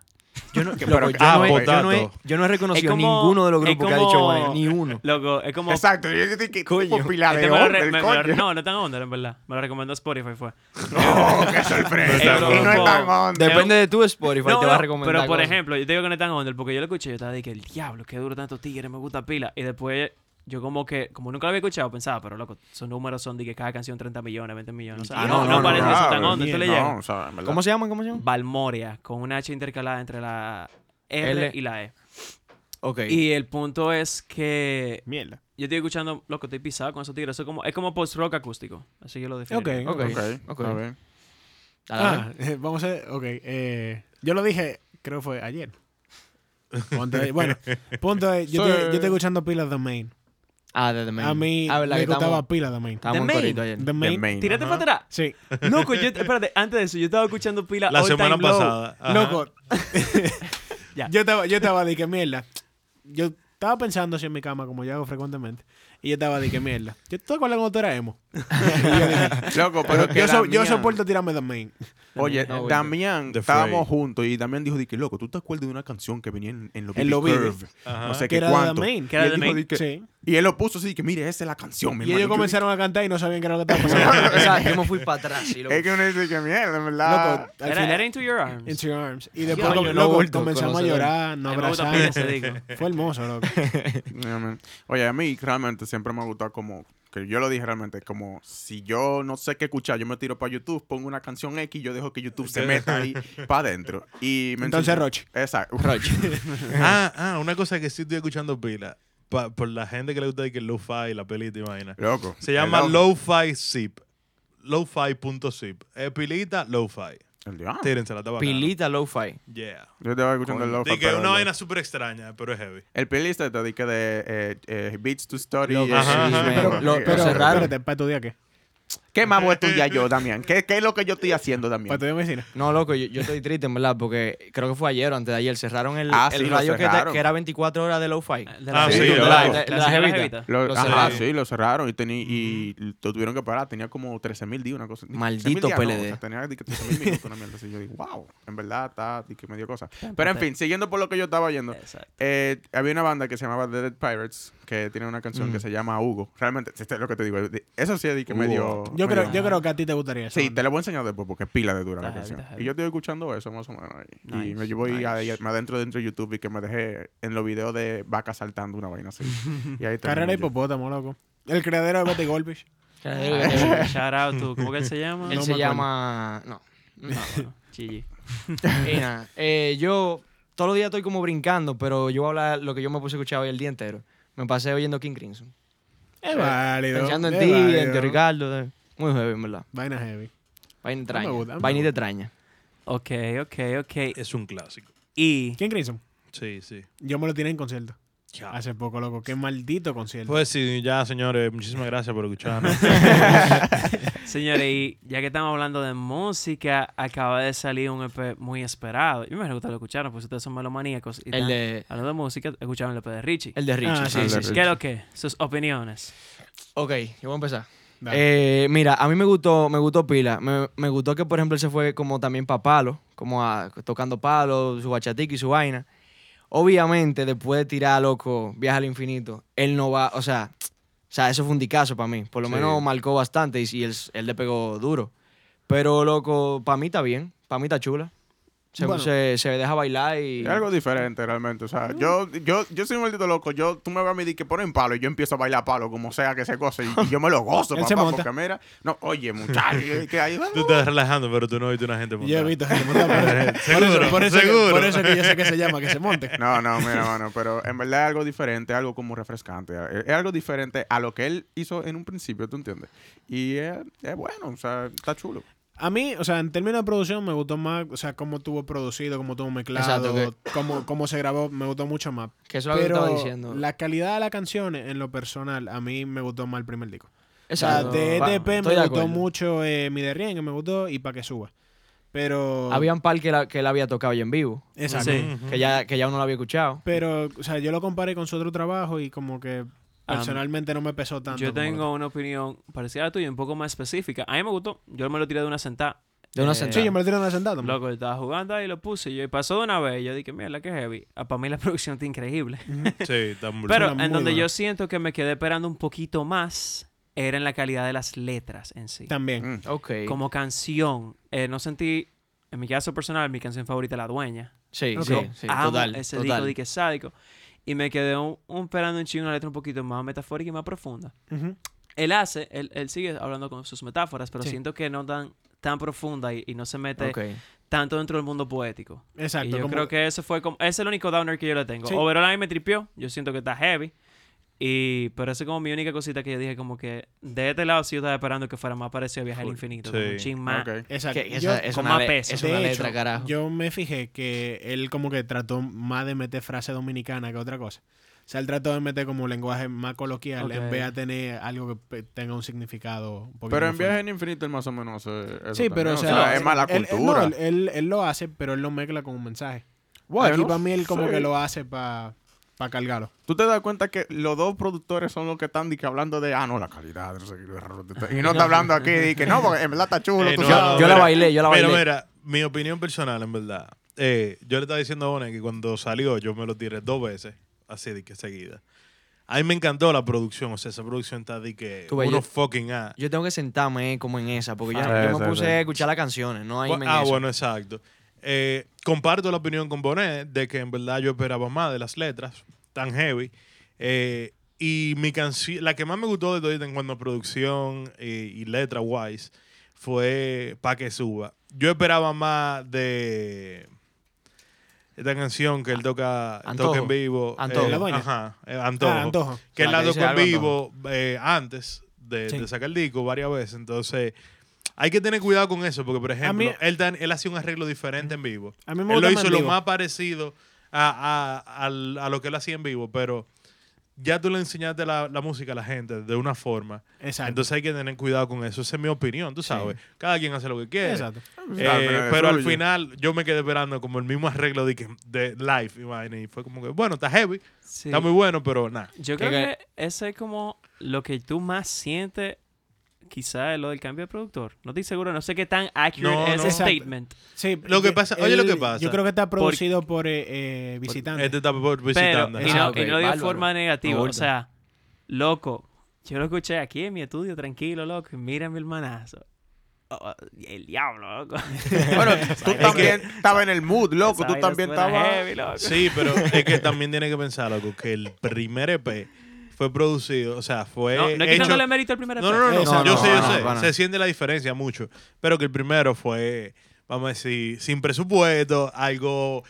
Yo no,
Que-
loco,
pero-
yo,
ah,
no he, yo, no he,
potato.
yo no he reconocido
Es como-
ninguno de los
es
grupos que ha
como-
dicho Juan, ni uno.
Loco, es como.
Exacto. Yo yo dije que
Coño.
tipo pila
Este
de
me lo re-
onda, el
me- me lo-
coño.
no, no tan onda, en verdad. Me lo recomendó Spotify, fue.
Oh, qué sorpresa.
Es
Y no es
como-
tan onda.
Depende de tu Spotify,
No,
te va a
no,
recomendar.
pero por
cosas.
ejemplo, yo te digo que no es tan onda, porque yo lo escuché, yo estaba de que el diablo, qué duro tantos tigres, me gusta pila. Y después yo como que, como nunca lo había escuchado, pensaba, pero loco, esos números son de que cada canción 30 millones, 20 millones. O sea,
Ah,
no,
no,
no,
no,
parece que
no,
son tan
no,
onda, esto le
No,
llega.
o sea, en verdad.
¿Cómo se llaman? ¿Cómo se llaman?
Balmoria, con una H intercalada entre la R
L.
y la E.
Ok.
Y el punto es que
Mierda.
yo estoy escuchando, loco, estoy pisado con esos tigres. Eso es como, es como post-rock acústico. Así yo lo defino.
Ok.
ok,
Ok,
ok.
está bien.
Ah,
Ah, eh, vamos a ver. Ok. eh, yo lo dije, creo que fue ayer. O antes de- bueno, punto es, yo,
Sí.
te- yo estoy escuchando pilas de Main.
ah, de The Main.
A mí
ah, ¿verdad
me
que
gustaba
estamos-
pilas de Main.
Estábamos
The
en
Main.
corito ayer.
De
Del
Main.
main.
Tírate
ajá.
para atrás.
Sí.
Loco, yo, espérate, antes de eso, yo estaba escuchando pila
La
All Time
semana
Low.
pasada. ajá.
Loco.
Ya.
Yo estaba, yo estaba de que mierda. Yo estaba pensando así en mi cama, como yo hago frecuentemente. Y yo estaba de que mierda. Yo estaba con la motora emo.
Loco, pero que
yo, so- yo
Damián-
soporto tirarme de main.
Oye,
No, güey.
Damián,
The
estábamos
Fray.
juntos y Damián dijo, di que loco, ¿tú te acuerdas de una canción que venía en, en los
En los
Baby
videos.
Curve?
Ajá.
No sé
Que
qué
era de The
cuánto.
Main.
Que era
y, él
de The
dijo,
Main.
di que-
Sí.
y él lo puso así, di que mire, esa es la canción,
Y
mi hermano".
ellos
Yo di que-
comenzaron a cantar y no sabían qué era lo que estaba pasando.
o sea, yo me fui para atrás. Y loco.
Es que uno dice que mierda, en verdad.
Loco, al
Era,
final-
era Into Your Arms.
Into Your Arms. Y después
Coño,
como-
no
loco,
bulto,
comenzamos a
conocedor.
llorar, nos
Ay, me gusta pila ese
abrazamos.
disco.
Fue hermoso, loco.
Ya, man. Oye, a mí realmente siempre me ha gustado como que yo lo dije realmente, como si yo no sé qué escuchar, yo me tiro para YouTube, pongo una canción X, yo dejo que YouTube se meta ahí para adentro. Y me
Entonces,
enseñó-
Roche.
Exacto.
Ah, ah, una cosa que sí estoy escuchando pila. pa- por la gente que le gusta de que lo-fi, la pelita y vaina.
Loco.
Se llama
El
lo-fi zip. Lo-fi.zip. Es pilita, lo-fi.
El
Ah.
diablo.
Tírensela, está bacana.
Pilita lo-fi.
Yeah.
Yo estaba escuchando el loco.
Di que
pero
una
el-
vaina súper extraña, pero es heavy.
El playlist te dedica de eh, eh, Beats to Study.
Loco,
eh,
Ajá,
sí,
ajá.
men.
pero-
Lo- lo
pero-
cerraron.
Espérate, ¿para estudiar qué?
¿Qué más voy tuya yo, Damián? ¿Qué, ¿Qué es lo que yo estoy haciendo,
¿Para
Damián?
estudiar medicina?
No, loco, yo, yo estoy triste, en verdad, porque creo que fue ayer o antes de ayer. Cerraron el,
Ah,
el
sí, lo
radio que, te-
cerraron.
que era 24 horas de lo-fi.
De
Ah, sí,
de
claro.
la,
La
de- de la jevita.
Lo-
lo
ajá,
cerraron.
sí, lo cerraron y, tení- y lo tuvieron que parar. Tenía como 13 mil días, una cosa.
Maldito
13.000 días,
PLD.
o sea, tenía 13 mil minutos, una mierda. Así yo digo, wow, en verdad está, di que me dio cosas. Pero en fin, siguiendo por lo que yo estaba yendo,
Exacto.
eh, había una banda que se llamaba The Dead Pirates que tiene una canción que se llama Hugo. Realmente, este es lo que te digo. de- Eso sí, di que me dio.
Hugo.
Yo
me
creo,
dio-
yo creo que a ti te gustaría eso.
Sí, te la voy a enseñar después porque es pila de dura la
Está heavy,
canción.
está heavy.
Y yo estoy escuchando eso más o menos. Y, y
Nice,
me llevo ahí
nice.
a- y me adentro dentro de YouTube y que me dejé en los videos de vaca saltando una vaina así. y ahí
Carrera
terminé yo.
hipopótamo, loco. El creadero de Betty Golpish.
Shout out to. ¿Cómo que él se llama?
Él
No
se
me acuerdo.
llama... No.
No, bueno, Chigi.
Y nada, eh, yo todos los días estoy como brincando, pero yo voy a hablar lo que yo me puse a escuchar hoy el día entero. Me pasé oyendo King Crimson.
Es válido.
Pensando en
es
ti, en
válido.
Tío Ricardo. eh. Muy heavy, en verdad.
Vaina heavy.
Vaina extraña.
gusta, no me
Vainita
gusta.
extraña.
Ok, ok, ok.
Es un clásico.
Y.
¿Quién Crimson?
Sí, sí.
Yo me lo tiene en concierto.
Ya.
Hace poco, loco. Qué maldito concierto.
Pues sí, ya, señores. Muchísimas gracias por escucharnos.
Señores, y ya que estamos hablando de música, acaba de salir un EP muy esperado. Yo me imagino que ustedes lo escucharon, pues ustedes son melomaníacos. Y
El
están
de,
Hablando de música, escucharon el EP de Richie.
el de Richie.
Ah, sí,
sí,
el
sí,
de
sí.
Richie.
¿Qué es lo que? Sus opiniones.
Ok, yo voy a empezar.
Dale.
Eh, mira, a mí me gustó, me gustó pila. Me, me gustó que, por ejemplo, él se fue como también para palo, como a- tocando palo, su bachatica y su vaina. Obviamente, después de tirar, loco, Viaja al Infinito, él no va, o sea, o sea, eso fue un dicazo para mí. Por lo
Sí.
menos marcó bastante y, y él, él le pegó duro. Pero, loco, para mí está bien, para mí está chula. Se,
Bueno.
se- se deja bailar y...
Es algo diferente realmente. O sea, yo, yo, yo soy un maldito loco. Yo, tú me vas a medir que ponen palo y yo empiezo a bailar palo, como sea que se goce. Y, y yo me lo gozo,
Él
papá,
se monta.
porque mira. No, oye, muchacho, que- que ahí.
tú estás relajando, pero tú no viste una gente
Yo
montada.
he visto gente montada, por- por
Seguro,
eso- por eso que-
seguro.
Por eso que yo sé que se llama que se monte.
No, no, mira, mano, pero en verdad es algo diferente, algo como refrescante. Es, es algo diferente a lo que él hizo en un principio, ¿tú entiendes? Y es, es bueno, o sea, está chulo.
A mí, o sea, en términos de producción me gustó más, o sea, cómo estuvo producido, cómo estuvo mezclado,
Exacto,
cómo, cómo se grabó, me gustó mucho más.
Que eso es lo que yo
Pero
estaba diciendo.
la calidad de las canciones, en lo personal, a mí me gustó más el primer disco. O sea,
Exacto.
de
Va,
ETP
estoy
me
de
gustó
acuerdo.
mucho eh, Mi Derrien, que me gustó, y Pa' que suba. Pero...
Había un par que, la- que él había tocado ya en vivo,
Exacto.
Sí.
Ujú.
que ya, que ya uno lo había escuchado.
Pero, o sea, yo lo comparé con su otro trabajo y como que personalmente no me pesó
Ah,
tanto.
Yo
como el
tengo una opinión parecida a la tuya, un poco más específica. A mí me gustó. Yo me lo tiré de una sentada.
De
Eh,
una
otro.
sentada.
Sí, yo me lo tiré en la sentada. man.
Loco, yo estaba jugando ahí y lo puse. Y yo- y pasó de una vez. y Yo dije, mira, que heavy. para mí la producción está increíble.
Sí, está muy
Pero
Suena
en
muy
donde
duro.
yo siento que me quedé esperando un poquito más era en la calidad de las letras en sí.
También.
Mm.
Ok.
Como canción, eh, no sentí, en mi caso personal, mi canción favorita, La Dueña.
Sí,
Ok.
sí,
Yo
sí,
amo
total.
ese
total.
disco de que es sádico. Y me quedé un, un esperando un chingo una letra un poquito más metafórica y más profunda.
Mm.
Ujú.
Él hace, él, él sigue hablando con sus metáforas, pero
Sí.
siento que no tan, tan profunda y, y no se mete
Ok.
tanto dentro del mundo poético.
Exacto.
Y yo
como-
creo que eso fue como. Ese es el único downer que yo le tengo.
Sí.
Overall a mí me tripió. Yo siento que está heavy. Y, pero esa es como mi única cosita que yo dije, como que de este lado sí yo estaba esperando que fuera más parecido a Viaje al Infinito.
Sí.
como un chin más.
Ok.
Exacto.
Que
Yo-
esa, es
con
una
más
le-
peso.
Es
De
una
hecho,
letra, carajo.
Yo me fijé que él como que trató más de meter frase dominicana que otra cosa. O sea, él trató de meter como lenguaje más coloquial
Ok.
en vez de tener algo que pe- tenga un significado. un poquito
Pero
más
en Viaje en Infinito él más o menos hace eso
Sí, pero
también,
o sea,
es mala
él- él-
cultura.
no, Él, él- él lo hace, pero él lo mezcla con un mensaje.
Bueno,
Aquí para mí él como
sí.
que lo hace para cargarlo.
Tú te das cuenta que los dos productores son los que están di que hablando de, ah, no, la calidad, no sé qué, raro, te- te- y no está hablando aquí, de que no, porque en verdad está chulo.
Eh,
tú
no,
sabes.
no,
yo la
mira,
bailé, yo la
Mira,
bailé.
mira, mi opinión personal, en verdad. Eh, yo le estaba diciendo a One que cuando salió yo me lo tiré dos veces, así de que seguida. A mí me encantó la producción, o sea, esa producción está de que
Tú ves,
uno
yo-
fucking A.
Yo tengo que sentarme eh, como en esa, porque yo,
Ah,
yo me
sí,
puse
sí.
a escuchar las canciones, no ahí
Bu-
me en
ah,
esa.
bueno, exacto. Eh, comparto la opinión con Bonet de que en verdad yo esperaba más de las letras, tan heavy. Eh, Y mi canción, la que más me gustó de todo en cuanto a producción eh, y letra wise, fue Pa' que suba. Yo esperaba más de esta canción que él toca,
Antojo.
toca en vivo.
Antojo.
eh,
La doña.
ajá, eh,
Ah,
Antojo.
antojo.
Que él
La
la
que dice
tocó en
algo,
vivo eh, antes de,
Sí.
de sacar el disco varias veces. Entonces, hay que tener cuidado con eso, porque por ejemplo,
mí-
él, tan- él hacía un arreglo diferente en vivo.
A mí me
Él lo
gusta más
hizo
en
lo
vivo.
más parecido a, a- al- a lo que él hacía en vivo, pero ya tú le enseñaste la, la música a la gente de una forma.
Exacto.
Entonces hay que tener cuidado con eso. Esa es mi opinión, tú sabes. Cada quien hace lo que quiere.
Exacto.
Eh,
Claro, pero que
pero al
fluye.
final yo me quedé esperando como el mismo arreglo de, que- de live y vaina, y fue como que bueno está heavy
Sí.
está muy bueno pero nada
Yo creo que ese es como lo que tú más sientes, quizá de lo del cambio de productor. No estoy seguro, no sé qué tan accurate
No,
es
no.
ese
Exacto.
statement.
Sí,
Lo que
yo-
pasa- oye lo que
él-
pasa.
Yo creo que está producido por, eh, eh, visitantes.
Este está por
Pero,
visitando.
y
Ah,
no,
ok,
y no digo de
bárbaro.
forma negativa,
No,
o
bueno.
sea, loco, yo lo escuché aquí en mi estudio, tranquilo, loco, y mira mi hermanazo. Oh, el diablo, loco.
Bueno, tú
que-
también estabas en el mood, loco.
Esa
Tú
vaina
también
suena
estabas.
heavy, loco.
Sí, pero es que también tiene que pensar, loco, que el primer EP fue producido, o sea, fue
No, no es
hecho...
quitándole mérito al primer
No, no, no,
Exacto.
no, yo
No,
sé, yo
no,
sé,
no, no.
se siente la diferencia mucho, pero que el primero fue, vamos a decir, sin presupuesto, algo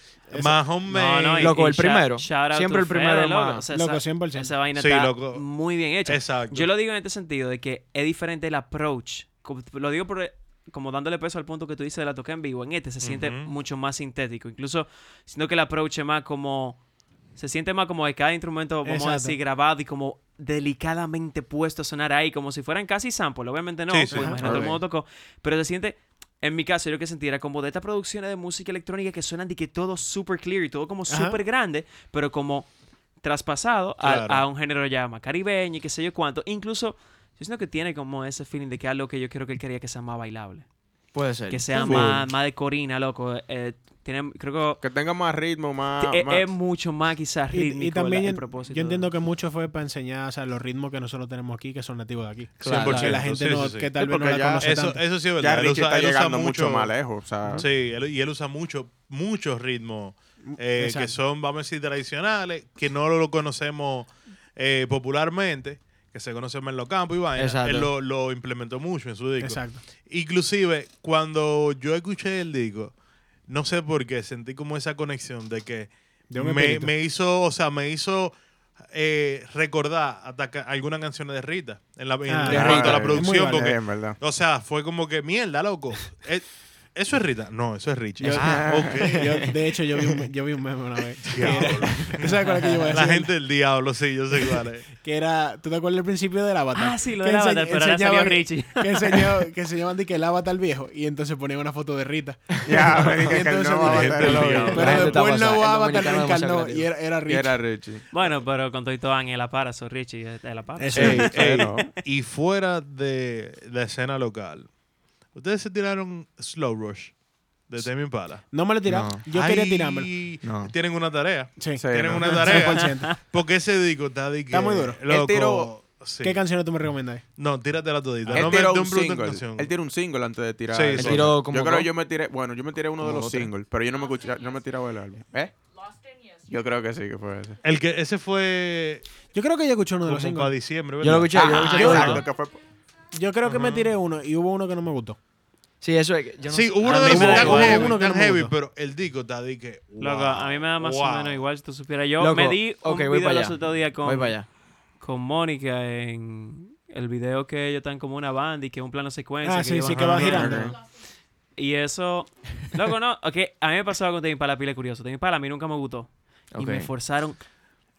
más homemade.
y- Loco, el primero. Siempre el primero es
loco.
más-
O sea,
Loco,
esa,
100%.
esa vaina
Sí,
está
loco.
muy bien hecha.
Exacto.
Yo lo digo en este sentido de que es diferente el approach. Como- Lo digo por, como dándole peso al punto que tú dices de la toca en vivo. En este se siente
Ujú.
mucho más sintético. Incluso siento que el approach es más como... Se siente más como de cada instrumento, vamos a
Exacto.
decir, grabado y como delicadamente puesto a sonar ahí, como si fueran casi samples. Obviamente no,
Sí, sí.
porque imagínate,
Ajá.
todo el mundo tocó. Pero se siente, en mi caso, yo lo que sentí era como de estas producciones de música electrónica que suenan de que todo super clear y todo como
Ajá.
super grande, pero como traspasado a,
Claro.
a un género ya más caribeño y qué sé yo cuánto. Incluso, yo siento que tiene como ese feeling de que algo que yo creo que él quería que sea más bailable.
Puede ser.
Que sea
Full.
más, más de corina, loco. Eh, tiene, creo que
Que tenga más ritmo,
Ah,
más.
Eh,
es,
más-
es mucho más quizás
Y-
rítmico
y, también
el,
yo-
el propósito.
yo entiendo que mucho fue para enseñar o sea, los ritmos que nosotros tenemos aquí, que son nativos de aquí.
Claro.
Que la
100%,
gente
sí,
no,
sí, sí.
que tal
Sí,
vez no
porque
la
ya
conoce
Eso,
tanto.
eso sí es
Ya
verdad. él
Richie
usa-
está
él usa
llegando mucho más lejos. O sea,
Sí, él- y él usa mucho, muchos ritmos eh,
Exacto.
que son, vamos a decir, tradicionales, que no lo conocemos eh, popularmente, que se conocen más en los campos y vaina.
Exacto.
Él lo, lo implementó mucho en su disco.
Exacto.
Inclusive, cuando yo escuché el disco, no sé por qué, sentí como esa conexión de que
De un
me,
espíritu.
me hizo, o sea, me hizo eh, recordar hasta ca- algunas canciones de Rita en, la, en
Ah,
en cuanto a
es
la
muy
producción,
válido.
porque
es verdad.
o sea, fue como que mierda, loco. Eh, ¿Eso es Rita? No, eso es Richie.
Yo-
ah, ok.
Yo- de hecho, yo vi, un, yo vi un meme una vez.
Diablo.
¿Tú sabes cuál es que yo voy a
La
decir?
gente del diablo, sí, yo sé cuál es.
Que era, ¿tú te acuerdas del principio del avatar?
Ah, sí, lo
Que
del
ense-
avatar, pero ahora
enseñaba
salió
que-
Richie.
Que enseñó, que enseñaban de que el avatar viejo y entonces ponían una foto de Rita.
Ya,
Y
me dije que el
entonces
nuevo
dije,
la gente
avatar.
lo
lo
vio.
vio.
La
Pero
gente está
después el
pasada,
nuevo
el
avatar
dominicano es demasiado
reencarnó
creativo.
y era, era
Que
Richie.
era Richie.
Bueno, pero con todo y todo, el aparazo, Richie, el aparazo.
Eso.
Ey, ey,
claro.
Eh, y fuera de la escena local, ustedes se tiraron Slow Rush de Temi Impala.
No me lo tiraron.
No.
Yo quería
Ay,
tirármelo.
No.
Tienen una tarea.
Sí.
Sí.
Tienen
no.
una tarea.
100%.
Porque ese disco está de que,
Está muy duro.
Loco,
Él tiró-
sí.
¿Qué canciones tú me recomendas?
No, tíratela todita.
Él
no me
tiró
dé
un
un bruto en
single.
canción.
Él tiró un single antes de tirar.
Sí,
el
sí.
disco.
Tiró como
yo creo
dos.
que yo me tiré. Bueno, yo me tiré uno de
Como
los
dos, tres.
singles, pero yo no me escuché, no me tiraba el álbum. ¿Eh? Yo creo que sí que fue ese.
El que, ese fue
Yo creo que yo escuché uno de
como
los
para
singles.
diciembre,
Yo
¿verdad?
lo escuché, yo lo
Ajá,
escuché.
Ah, exacto,
todo.
que fue-
Yo creo que me tiré uno y hubo uno que no me gustó.
Sí, eso es. que- yo no
Sí,
sé.
hubo uno
A
de
mí
los
me
que
da
está
hubo
como
igual.
heavy,
uno que no
tan
me
heavy,
gustó.
pero el disco está de que.
Loco,
wow,
a mí me da más
wow.
o menos igual si tú supieras. Yo
Loco,
me di un
ok, voy
video
para
los
allá.
otros días con,
Voy para allá.
con Mónica en el video que ellos están como una banda y que es un plano secuencia.
Ah,
que
sí,
ellos
sí,
van-
que va
Ajá.
girando.
Y eso... Loco, no. Ok, a mí me pasaba con Tame Impala, pila curioso. Tame Impala a mí nunca me gustó. Y
Ok.
me forzaron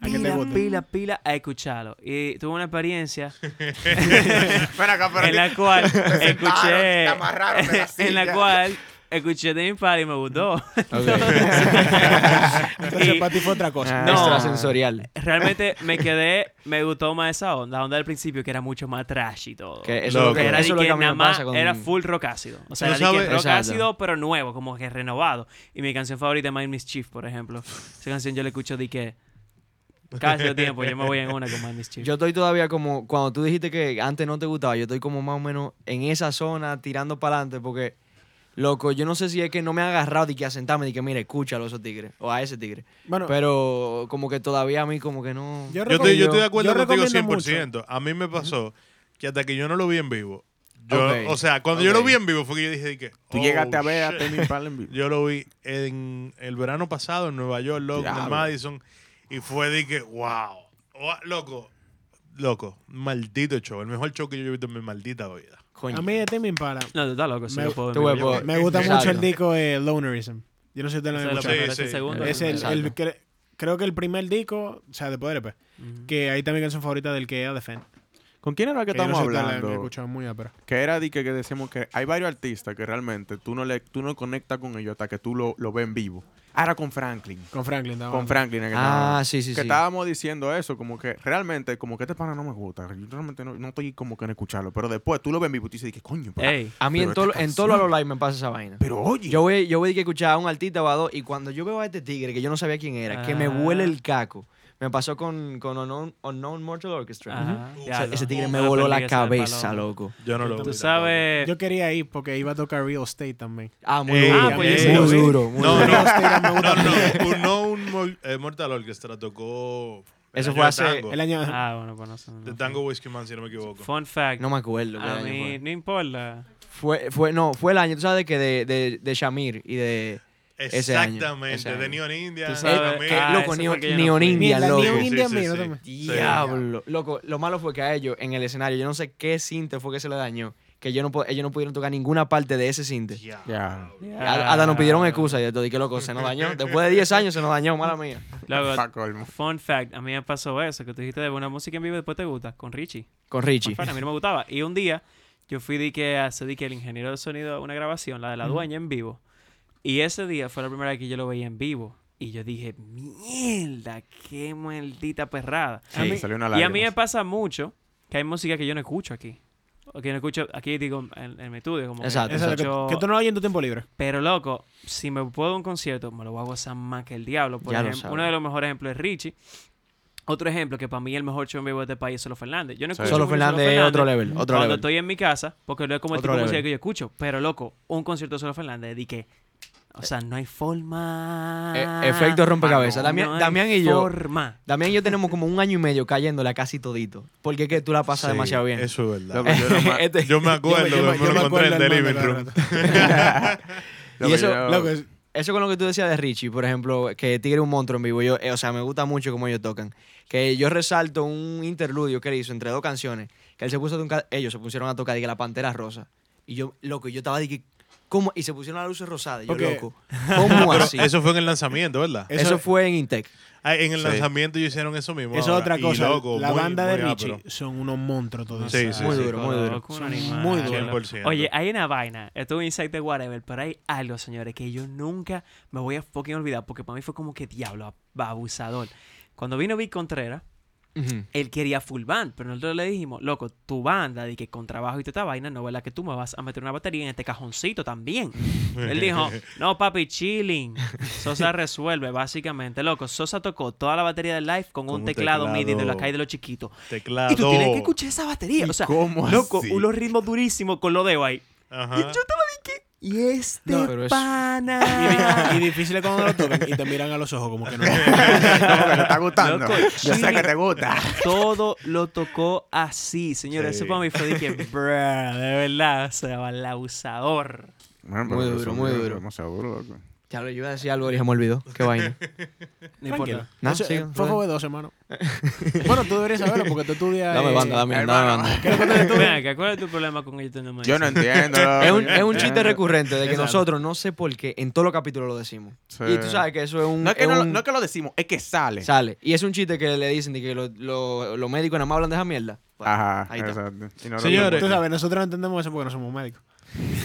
A que te
pila,
guste.
pila, pila a escucharlo. Y tuve una experiencia
Ven acá, pero
en la cual escuché...
te amarraron de la
en la
silla.
cual escuché Tame Impala y me gustó.
Entonces
Y-
para ti fue otra cosa.
Ah,
No.
Extrasensorial.
Realmente me quedé, me gustó más esa onda, la onda del principio que era mucho más trash y todo.
Que eso
Loco.
es lo que,
era de
eso es lo
que
que a mí
nada
me
más
pasa con...
era full rock ácido. O sea,
Tú
era de que
sabes-
rock
Exacto.
ácido, pero nuevo, como que renovado. Y mi canción favorita es My Mischief, por ejemplo. Esa canción yo la escucho de que cada cierto tiempo yo me voy en una con My Mischief.
Yo estoy todavía como, cuando tú dijiste que antes no te gustaba, yo estoy como más o menos en esa zona tirando para adelante porque Loco, yo no sé si es que no me ha agarrado de que a sentarme y que, mira, escúchalo a esos tigres o a ese tigre.
Bueno,
Pero como que todavía a mí como que no...
Yo
Yo estoy, yo estoy de
Yo
acuerdo contigo
recomiendo
100%. A mí me pasó que hasta que yo no lo vi en vivo, yo,
Ok.
o sea, cuando yo lo
Ok.
vi en vivo fue que yo dije de que...
Tú
oh,
llegaste a ver
shit.
a Temi Impala en vivo.
Yo lo vi en el verano pasado en Nueva York, loco, en el
Diablo.
Madison. Y fue de que, wow. Wa- Loco, loco, maldito show. El mejor show que yo he visto en mi maldita vida.
Coño.
a mí de Tame Impala
No, tú estás loco. sí,
Me-
yo puedo
Tú,
dormir,
güey,
yo-
pues,
me gusta
Exacto.
mucho el disco eh, Lonerism. Yo no sé si ustedes lo han
Ese es el
Sí,
primero, ese es
escuchado.
el
sí.
segundo.
Es el, el
Exacto.
cre- creo que el primer disco, o sea, después del EP,
Ujú.
que ahí también es su favorita del que es The Fan.
¿Con quién era que
Que yo no
estamos
sé si ustedes la han
hablando?
escuchado muy, pero.
Que era de que, que decíamos que hay varios artistas que realmente tú no le tú no conectas con ellos hasta que tú lo, lo ves en vivo. Ahora con Franklin.
Con Franklin estaba
Con
hablando.
Franklin. es que
Ah,
estábamos-
sí, sí,
que
sí.
estábamos diciendo eso, como que realmente, como que este pana no me gusta. Yo realmente no, no estoy como que en escucharlo. Pero después tú lo ves en vivo y tú dices, que coño? pero-
Ey,
A mí
Pero
en todo
esta
en todo lo
canción.
live me pasa esa vaina.
Pero oye.
Yo voy, yo voy que escuchar a un artista o a dos y cuando yo veo a este tigre que yo no sabía quién era, que me
Ah.
huele el caco. Me pasó con, con Unknown, Unknown Mortal Orchestra.
ajá,
Ujú.
O sea,
diablo.
ese tigre
Ah. No
me
le
voló
perdí
la
esa del
cabeza,
palomo.
loco.
Yo no lo vi.
Tú sabes...
Yo quería ir porque iba a tocar Real Estate también.
Ah, muy
Ey,
duro.
ah, pues yo sí
muy
lo vi.
duro. muy
No,
duro.
no,
Hostia, me
no,
gusta.
no, no. Un, no un mor- eh, Mortal Orchestra tocó. el
Eso
año
fue
de
hace-
Tango,
El año.
Ah, bueno, pues no sé,
de
no.
Tango Whiskey Man, si no me equivoco.
Fun fact.
No me acuerdo. qué
pues, a
año
mí, no importa.
fue. Fue, fue- no, fue el año, tú sabes, de que de, de, de Shamir y de... Ese año,
Exactamente.
ese año.
De Neon India.
Tú sabes
también.
que- Ah,
loco,
ese
Neo-
fue que yo no
Neon
fui.
India,
Mira,
loco.
Neon
Sí,
India,
sí,
mira,
sí.
toma.
Diablo. Loco, lo malo fue que a ellos en el escenario, yo no sé qué cinte fue que se le dañó, que ellos no, po- ellos no pudieron tocar ninguna parte de ese cinte.
Ya.
A- Hasta nos
Ah,
pidieron excusa y de todo, y que loco, se nos dañó. Después de 10 años se nos dañó, mala mía.
Luego,
Pa' colmo.
Fun fact, a mí me pasó eso, que tú dijiste de una música en vivo y después te gusta, con Richie.
Con
Fun
Richie.
fact, a mí no me gustaba. Y un día yo fui de que a hacer de que el ingeniero de sonido a una grabación, la de la dueña en vivo. Y ese día fue la primera vez que yo lo veía en vivo. Y yo dije, mierda, qué maldita perrada.
Sí,
A mí-
salió una
y a mí
lágrima.
me pasa mucho que hay música que yo no escucho aquí. O que no escucho aquí, digo, en, en mi estudio. Como que
Exacto,
Esa es la
escucho-
que, que tú no la oyes en tu tiempo libre.
Pero loco, si me puedo a un concierto, me lo voy a gozar más que el diablo. Por
Ya lo
ejem-
sabes.
uno de los mejores ejemplos es Richie. Otro ejemplo que para mí el mejor show en vivo de este país es Solo Fernández. Yo no
Sí.
escucho
Solo
mucho Solo
Fernández es otro level, otro
cuando
level.
estoy en mi casa, porque no es como el tipo
Otro
de
level.
música que yo escucho. Pero loco, un concierto de Solo Fernández de que, o sea, no hay forma.
E- efecto rompecabezas.
Mano,
Damián-
hay
Damián y yo-
Forma.
También yo tenemos como un año y medio cayéndole a casi todito. Porque es que tú la pasas
Sí,
demasiado bien.
Eso es verdad.
Loco, yo era más-
Este-
Yo me acuerdo
Yo me- yo me-
que me lo
yo me
encontré en
acuerdo
The
al
Living
mando,
Room.
Y eso-
yo-
Loco, es-
Eso con lo que tú decías de Richie, por ejemplo, que Tigre es un monstruo en vivo. Yo, eh, o sea, me gusta mucho cómo ellos tocan. Que yo resalto un interludio que él hizo entre dos canciones. Que él se puso de un ca- ellos se pusieron a tocar, dije, la pantera rosa. Y yo, loco, yo estaba, dije, ¿cómo? Y se pusieron las luces rosadas. Y yo,
Porque-
loco, ¿cómo
Pero
así? Eso,
Eso fue en el lanzamiento, ¿verdad?
eso-
fue en Intec.
Ah, en el
Sí.
lanzamiento ellos hicieron eso mismo.
eso es
ahora.
otra
Y
cosa.
loco,
la
muy-
banda de
muy
Richie
ápero.
son unos monstruos todos.
Sí,
esos.
sí,
Muy
sí.
duro, muy duro.
Loco, un
Son
animal.
muy duros.
100%.
Oye, hay una vaina. Esto es un insight de whatever. Pero hay algo, señores, que yo nunca me voy a fucking olvidar. Porque para mí fue como que diablo, ab- abusador. Cuando vino Vic Contreras, él quería full band. Pero nosotros le dijimos, loco, tu banda, de que con trabajo y toda esta vaina, no es la que tú me vas a meter una batería en este cajoncito también. Él dijo, no, papi, chilling. Sosa resuelve, básicamente. Loco, Sosa tocó toda la batería del live con,
Con
un
un
teclado, MIDI de
teclado.
los que hay de los chiquitos.
Teclado.
Y tú tienes que escuchar esa batería.
¿Y
O sea,
cómo
loco,
así?
unos ritmos durísimos con lo de ahí.
Ajá.
Y yo estaba de que. Y este
No, pero es-
pana.
Y difícil es cuando lo tocan y te miran a los ojos como que no.
Como que te está gustando.
Loco,
yo sé
chile.
que te gusta.
Todo lo tocó así, señores.
Sí.
Eso para mí fue de que, bruh, de verdad, o sea, el abusador.
Bueno,
Muy
pero
duro,
son
muy
bien,
duro.
Demasiado duro, loco.
Ya lo yo iba a decir algo y se me olvidó. Qué vaina.
No importa.
No,
Eso,
sí,
eh, fue joven
joder.
hermano. bueno, tú deberías saberlo porque tú estudias.
Dame
eh,
banda, dame, dame
hermano.
banda.
Mira, que ¿cuál es tu problema con ellos teniendo
Yo no entiendo. loco,
Es un,
yo
es
no
un chiste
entiendo.
recurrente de que
Exacto.
nosotros, no sé por qué, en todos los capítulos lo decimos.
Sí.
Y tú sabes que eso es un...
No es que, no, lo-
un-
no es que lo decimos, es que sale.
Sale. Y es un chiste que le dicen de que los los- los médicos nada más hablan de esa mierda. Bueno,
Ajá,
Ahí está.
exacto. Y no lo
Señores.
Tú
vemos.
sabes, nosotros no entendemos eso porque no somos médicos.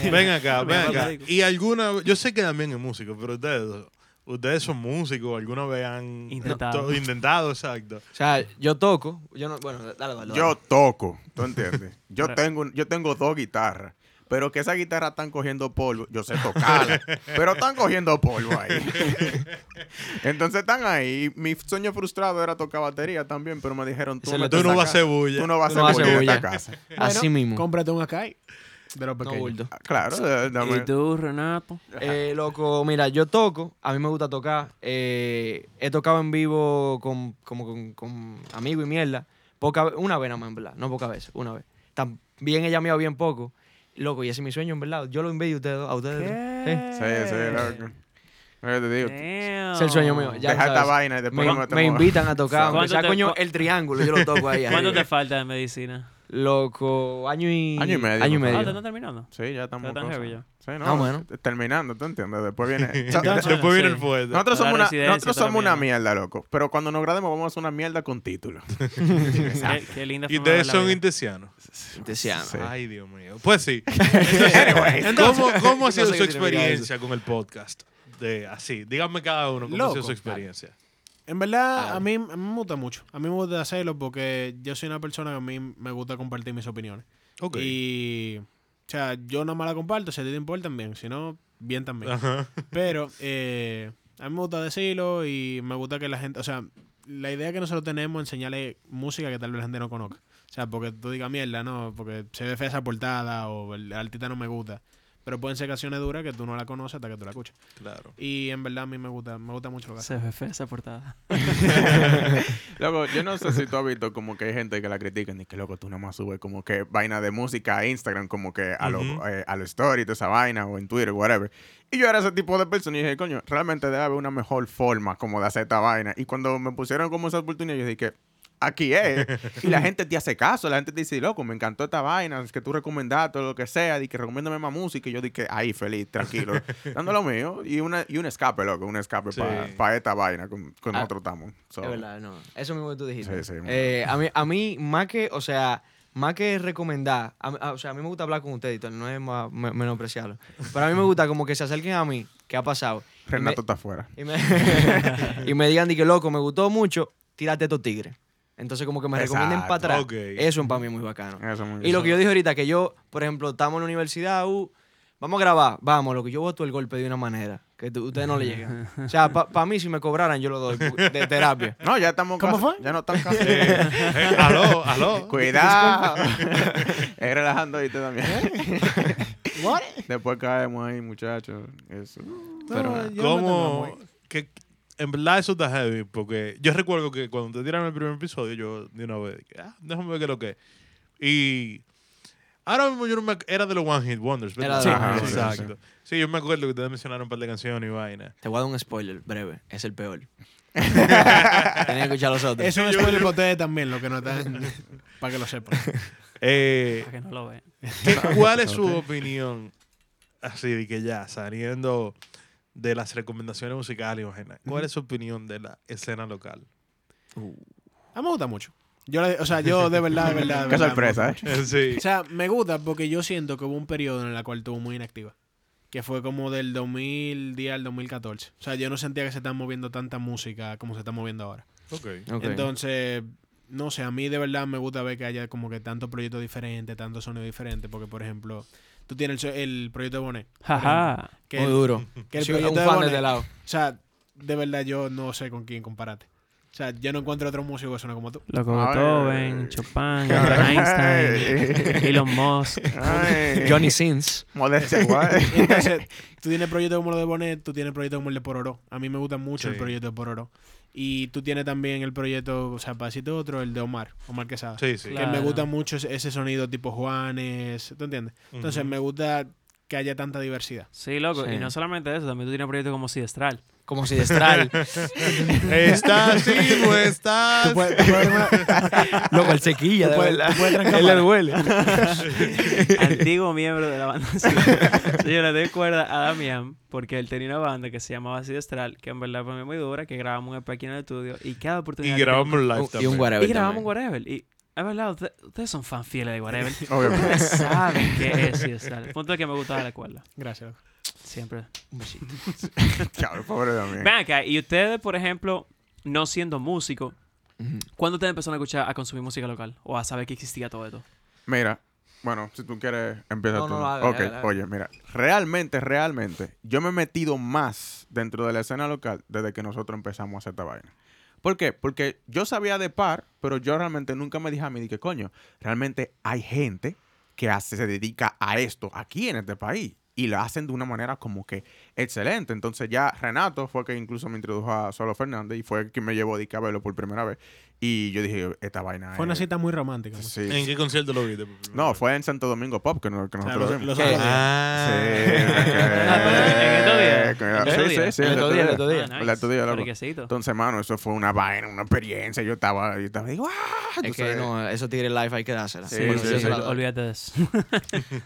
Ven acá, ven
Mira,
acá.
médico.
Y alguna, yo sé que también es músico, pero ustedes, dos, ustedes son músicos, alguna vez han
Intentado.
to- intentado, exacto.
O sea, yo toco. Yo no, bueno, dale, dale, dale.
Yo toco, ¿tú entiendes? Yo
Pero-
tengo, yo tengo dos guitarras, pero que esas guitarras están cogiendo polvo. Yo sé tocarlas, pero están cogiendo polvo ahí. Entonces están ahí. Mi sueño frustrado era tocar batería también, pero me dijeron, tú,
Ese
no
le-
te
Tú no vas a
sacas-
hacer bulla.
Tú no vas
Tú no
a hacer
vas a
bulla en
hacer
esta casa.
Así
Bueno,
mismo.
Cómprate un Akai. de los
No
pequeños.
bulto.
Ah, Claro, eh, dame.
¿Y tú, Renato?
Eh, loco, mira, yo toco, a mí me gusta tocar. eh, he tocado en vivo con, como con, con amigos y mierda. Poca, ve- una vez nomás, en verdad. No pocas veces, una vez. También he llameado bien poco. Loco, y ese es mi sueño, en verdad. Yo lo envidio a ustedes, dos- Eh, a ustedes. dos.
Sí,
Eh.
sí, loco. Lo que te digo.
Sí.
Damn.
Es el sueño mío. Ya
Deja
lo sabes.
esta vaina y después
Me,
no te
me
muevas.
invitan a tocar. aunque
¿Cuánto
sea,
te-
coño,
cu-
el triángulo, yo lo toco ahí.
¿Cuánto
arriba.
te falta de medicina?
Loco, año y...
Año y medio,
Año y
papá.
medio.
Ah, ¿te están terminando?
Sí, ya estamos.
Ya tan
cosas.
heavy ya.
Sí, no,
Ah, bueno.
Terminando, ¿tú entiendes? Después viene.
Después viene el
sí.
fuerte.
Nosotros
Toda
somos,
la
una,
residencia,
nosotros
toda la
somos una mierda, loco. Pero cuando nos grademos vamos a hacer una mierda con título.
Qué, qué linda
Y
forma de ver
ustedes
la
son
vida.
intesianos.
Tesiano.
Sí.
Ay, Dios mío. Pues sí. Entonces, ¿cómo, cómo ha
No
sido
sé
su
qué significa
experiencia con el podcast? De, así, díganme cada uno cómo ha sido
Loco.
su experiencia.
En
Ah,
verdad, a mí, a mí me gusta mucho. A mí me gusta hacerlo porque yo soy una persona que a mí me gusta compartir mis opiniones.
Ok.
Y, o sea, yo no me la comparto, si a ti te importan bien, si no, bien también.
Ajá.
Pero eh, a mí me gusta decirlo y me gusta que la gente, o sea, la idea que nosotros tenemos es enseñarle música que tal vez la gente no conozca. O sea, porque tú digas mierda, no, porque se ve fea esa portada o el artista no me gusta. Pero pueden ser canciones duras que tú no la conoces hasta que tú la escuchas.
Claro.
Y en verdad a mí me gusta, me gusta mucho lo que hace.
Se ve fea esa portada.
Loco, yo no sé si tú has visto como que hay gente que la critican y que loco, tú nada más subes como que vaina de música a Instagram, como que a los
Ujú.
eh, a los stories, toda esa vaina, o en Twitter, whatever. Y yo era ese tipo de persona y dije, coño, realmente debe haber una mejor forma como de hacer esta vaina. Y cuando me pusieron como esa oportunidad, yo dije, aquí es. y la gente te hace caso, la gente te dice, loco, me encantó esta vaina, es que tú recomendaste o lo que sea, y que recomiéndame más música. Y yo dije, ahí, feliz, tranquilo, dando lo mío. Y, una, y un escape, loco, un escape
Sí.
para esta vaina con, con
Ah,
otro tamo. So,
Es verdad, no. Eso mismo que tú dijiste.
Sí, sí,
Eh, a, mí, a mí, más que, o sea, más que recomendar, a mí- a- o sea, a mí me gusta hablar con ustedes y todo, no es más, me- menospreciarlo. Pero a mí me gusta como que se acerquen a mí, ¿qué ha pasado? Y me-
Renato está afuera.
Y me, y me digan, di que loco, me gustó mucho, tírate estos tigres. Entonces, como que me recomienden
Exacto. Ah,
para atrás.
Ok.
Eso para mí es muy bacano.
Eso muy
Y lo que yo dije ahorita, que yo, por ejemplo, estamos en la universidad, uh, vamos a grabar, vamos, lo que yo voto el golpe de una manera que tú- ustedes no le llegan. O sea, para mí, si me cobraran, yo lo doy pu- de terapia.
No, ya estamos
¿Cómo
casi-
fue?
Ya no estamos casi.
Eh, eh, aló, aló.
Cuidado. es relajando ahorita también.
¿Eh?
¿What?
Después caemos ahí, muchachos. Eso.
No, yo no
Pero,
tengo
¿Cómo?
amor.
Que, en verdad eso está heavy, porque yo recuerdo que cuando te tiraron el primer episodio, yo de una vez dije, ah, déjame ver qué es lo que es. Y ahora mismo yo no me ac- era de los One Hit Wonders, ¿verdad?
Era de los
Ajá,
One Hit
Wonders,
exacto. Sí, yo me acuerdo que ustedes mencionaron un par de canciones y vaina.
Te voy a dar un spoiler breve, es el peor. Tenés que escuchar los otros.
Eso es un spoiler para ustedes también, lo que no están, para que lo sepan.
Eh,
Para que no lo vean.
¿qué- ¿Cuál es su opinión? Así de que ya, saliendo de las recomendaciones musicales, Eugenia, ¿cuál es su opinión de la escena local?
A mí me gusta mucho. Yo, le- o sea, yo de verdad, de verdad. de
Qué
verdad,
sorpresa,
me
¿eh?
gusta
Sí.
mucho. O sea, me gusta porque yo siento que hubo un periodo en el cual estuvo muy inactiva. Que fue como del 2010 al 2014. O sea, yo no sentía que se están moviendo tanta música como se está moviendo ahora.
Ok.
Ok.
Entonces, no sé, a mí de verdad me gusta ver que haya como que tantos proyectos diferentes, tantos sonidos diferentes. Porque, por ejemplo, tú tienes el, so- el proyecto de Bonet.
Jaja.
Que
muy
el-
duro.
que el
Soy un
proyecto de
fan de
Bonet-
este lado.
O sea, de verdad yo no sé con quién compararte. O sea, yo no encuentro otro músico que suene como tú.
Loco
Ay.
Beethoven, Chopin,
Ay.
Einstein, Elon Musk.
Ay.
Johnny Sins.
Modestia, guay.
Y entonces, tú tienes proyectos como lo de Bonet, tú tienes proyectos como el de Pororo. A mí me gusta mucho
Sí.
el proyecto de Pororo. Y tú tienes también el proyecto, o sea, para decirte otro, el de Omar, Omar Quesada.
Sí, sí.
Que me
Claro.
gusta mucho ese ese sonido tipo Juanes, ¿tú entiendes? Entonces,
Ujú.
me gusta que haya tanta diversidad.
Sí, loco.
Sí.
Y no solamente eso, también tú tienes proyectos como Siestral.
Como si destral.
¿Estás? Sí, no estás.
Tú puedes- tú puedes-
Loco, el sequilla,
Tú
de
puedes-
verdad.
tú puedes trancar
Él le
cámara.
duele.
Antiguo miembro de la banda Siestral. Sí, Yo le doy cuerda a Damián porque él tenía una banda que se llamaba Siestral, que en verdad para mí es muy dura, que grabamos un EP aquí en el estudio y cada
Y
oportunidad... que
grabamos un live
y
también.
un
pues.
whatever.
Y grabamos
también.
Whatever. Y es verdad, usted- ustedes son fan fieles de Whatever.
Obviamente.
Ustedes saben qué es Siestral. El punto es que me gustaba la cuerda.
Gracias.
Siempre.
Un besito.
Chao, pobre también.
Ven acá, y ustedes, por ejemplo, no siendo músico,
Ujú.
¿cuándo ustedes empezaron a escuchar, a consumir música local? O a saber que existía todo esto.
Mira, bueno, si tú quieres, empieza
No,
tú.
no, dale,
ok,
dale, dale.
oye, mira, realmente, realmente, yo me he metido más dentro de la escena local desde que nosotros empezamos a hacer esta vaina. ¿Por qué? Porque yo sabía de par, pero yo realmente nunca me dije a mí, de que coño, realmente hay gente que hace, se dedica a esto aquí en este país. Y lo hacen de una manera como que excelente. Entonces ya Renato fue que incluso me introdujo a Solo Fernández y fue quien me llevó a Dick a verlo por primera vez. Y yo dije, esta vaina
Fue una
es-
cita muy romántica. ¿no?
Sí.
¿En qué concierto lo viste? por primera
No,
vez?
fue en Santo Domingo Pop que, no- que
O sea, los-
nosotros lo
los
vimos. Sí,
otros días.
Ah,
que-
pero en estos días. En estos
Eh, sí, sí,
días. Ah,
sí,
El
en
otro
estos
día, el
días.
otro día.
El otro día, loco.
Friquecito.
Entonces, mano, eso fue una vaina, una experiencia. Yo estaba, yo estaba, digo, ¡ah! tú
Es que
sabes.
no, esos tigres live hay que dársela.
Sí,
Bueno,
sí,
yo
sí.
se la doy.
Olvídate de eso.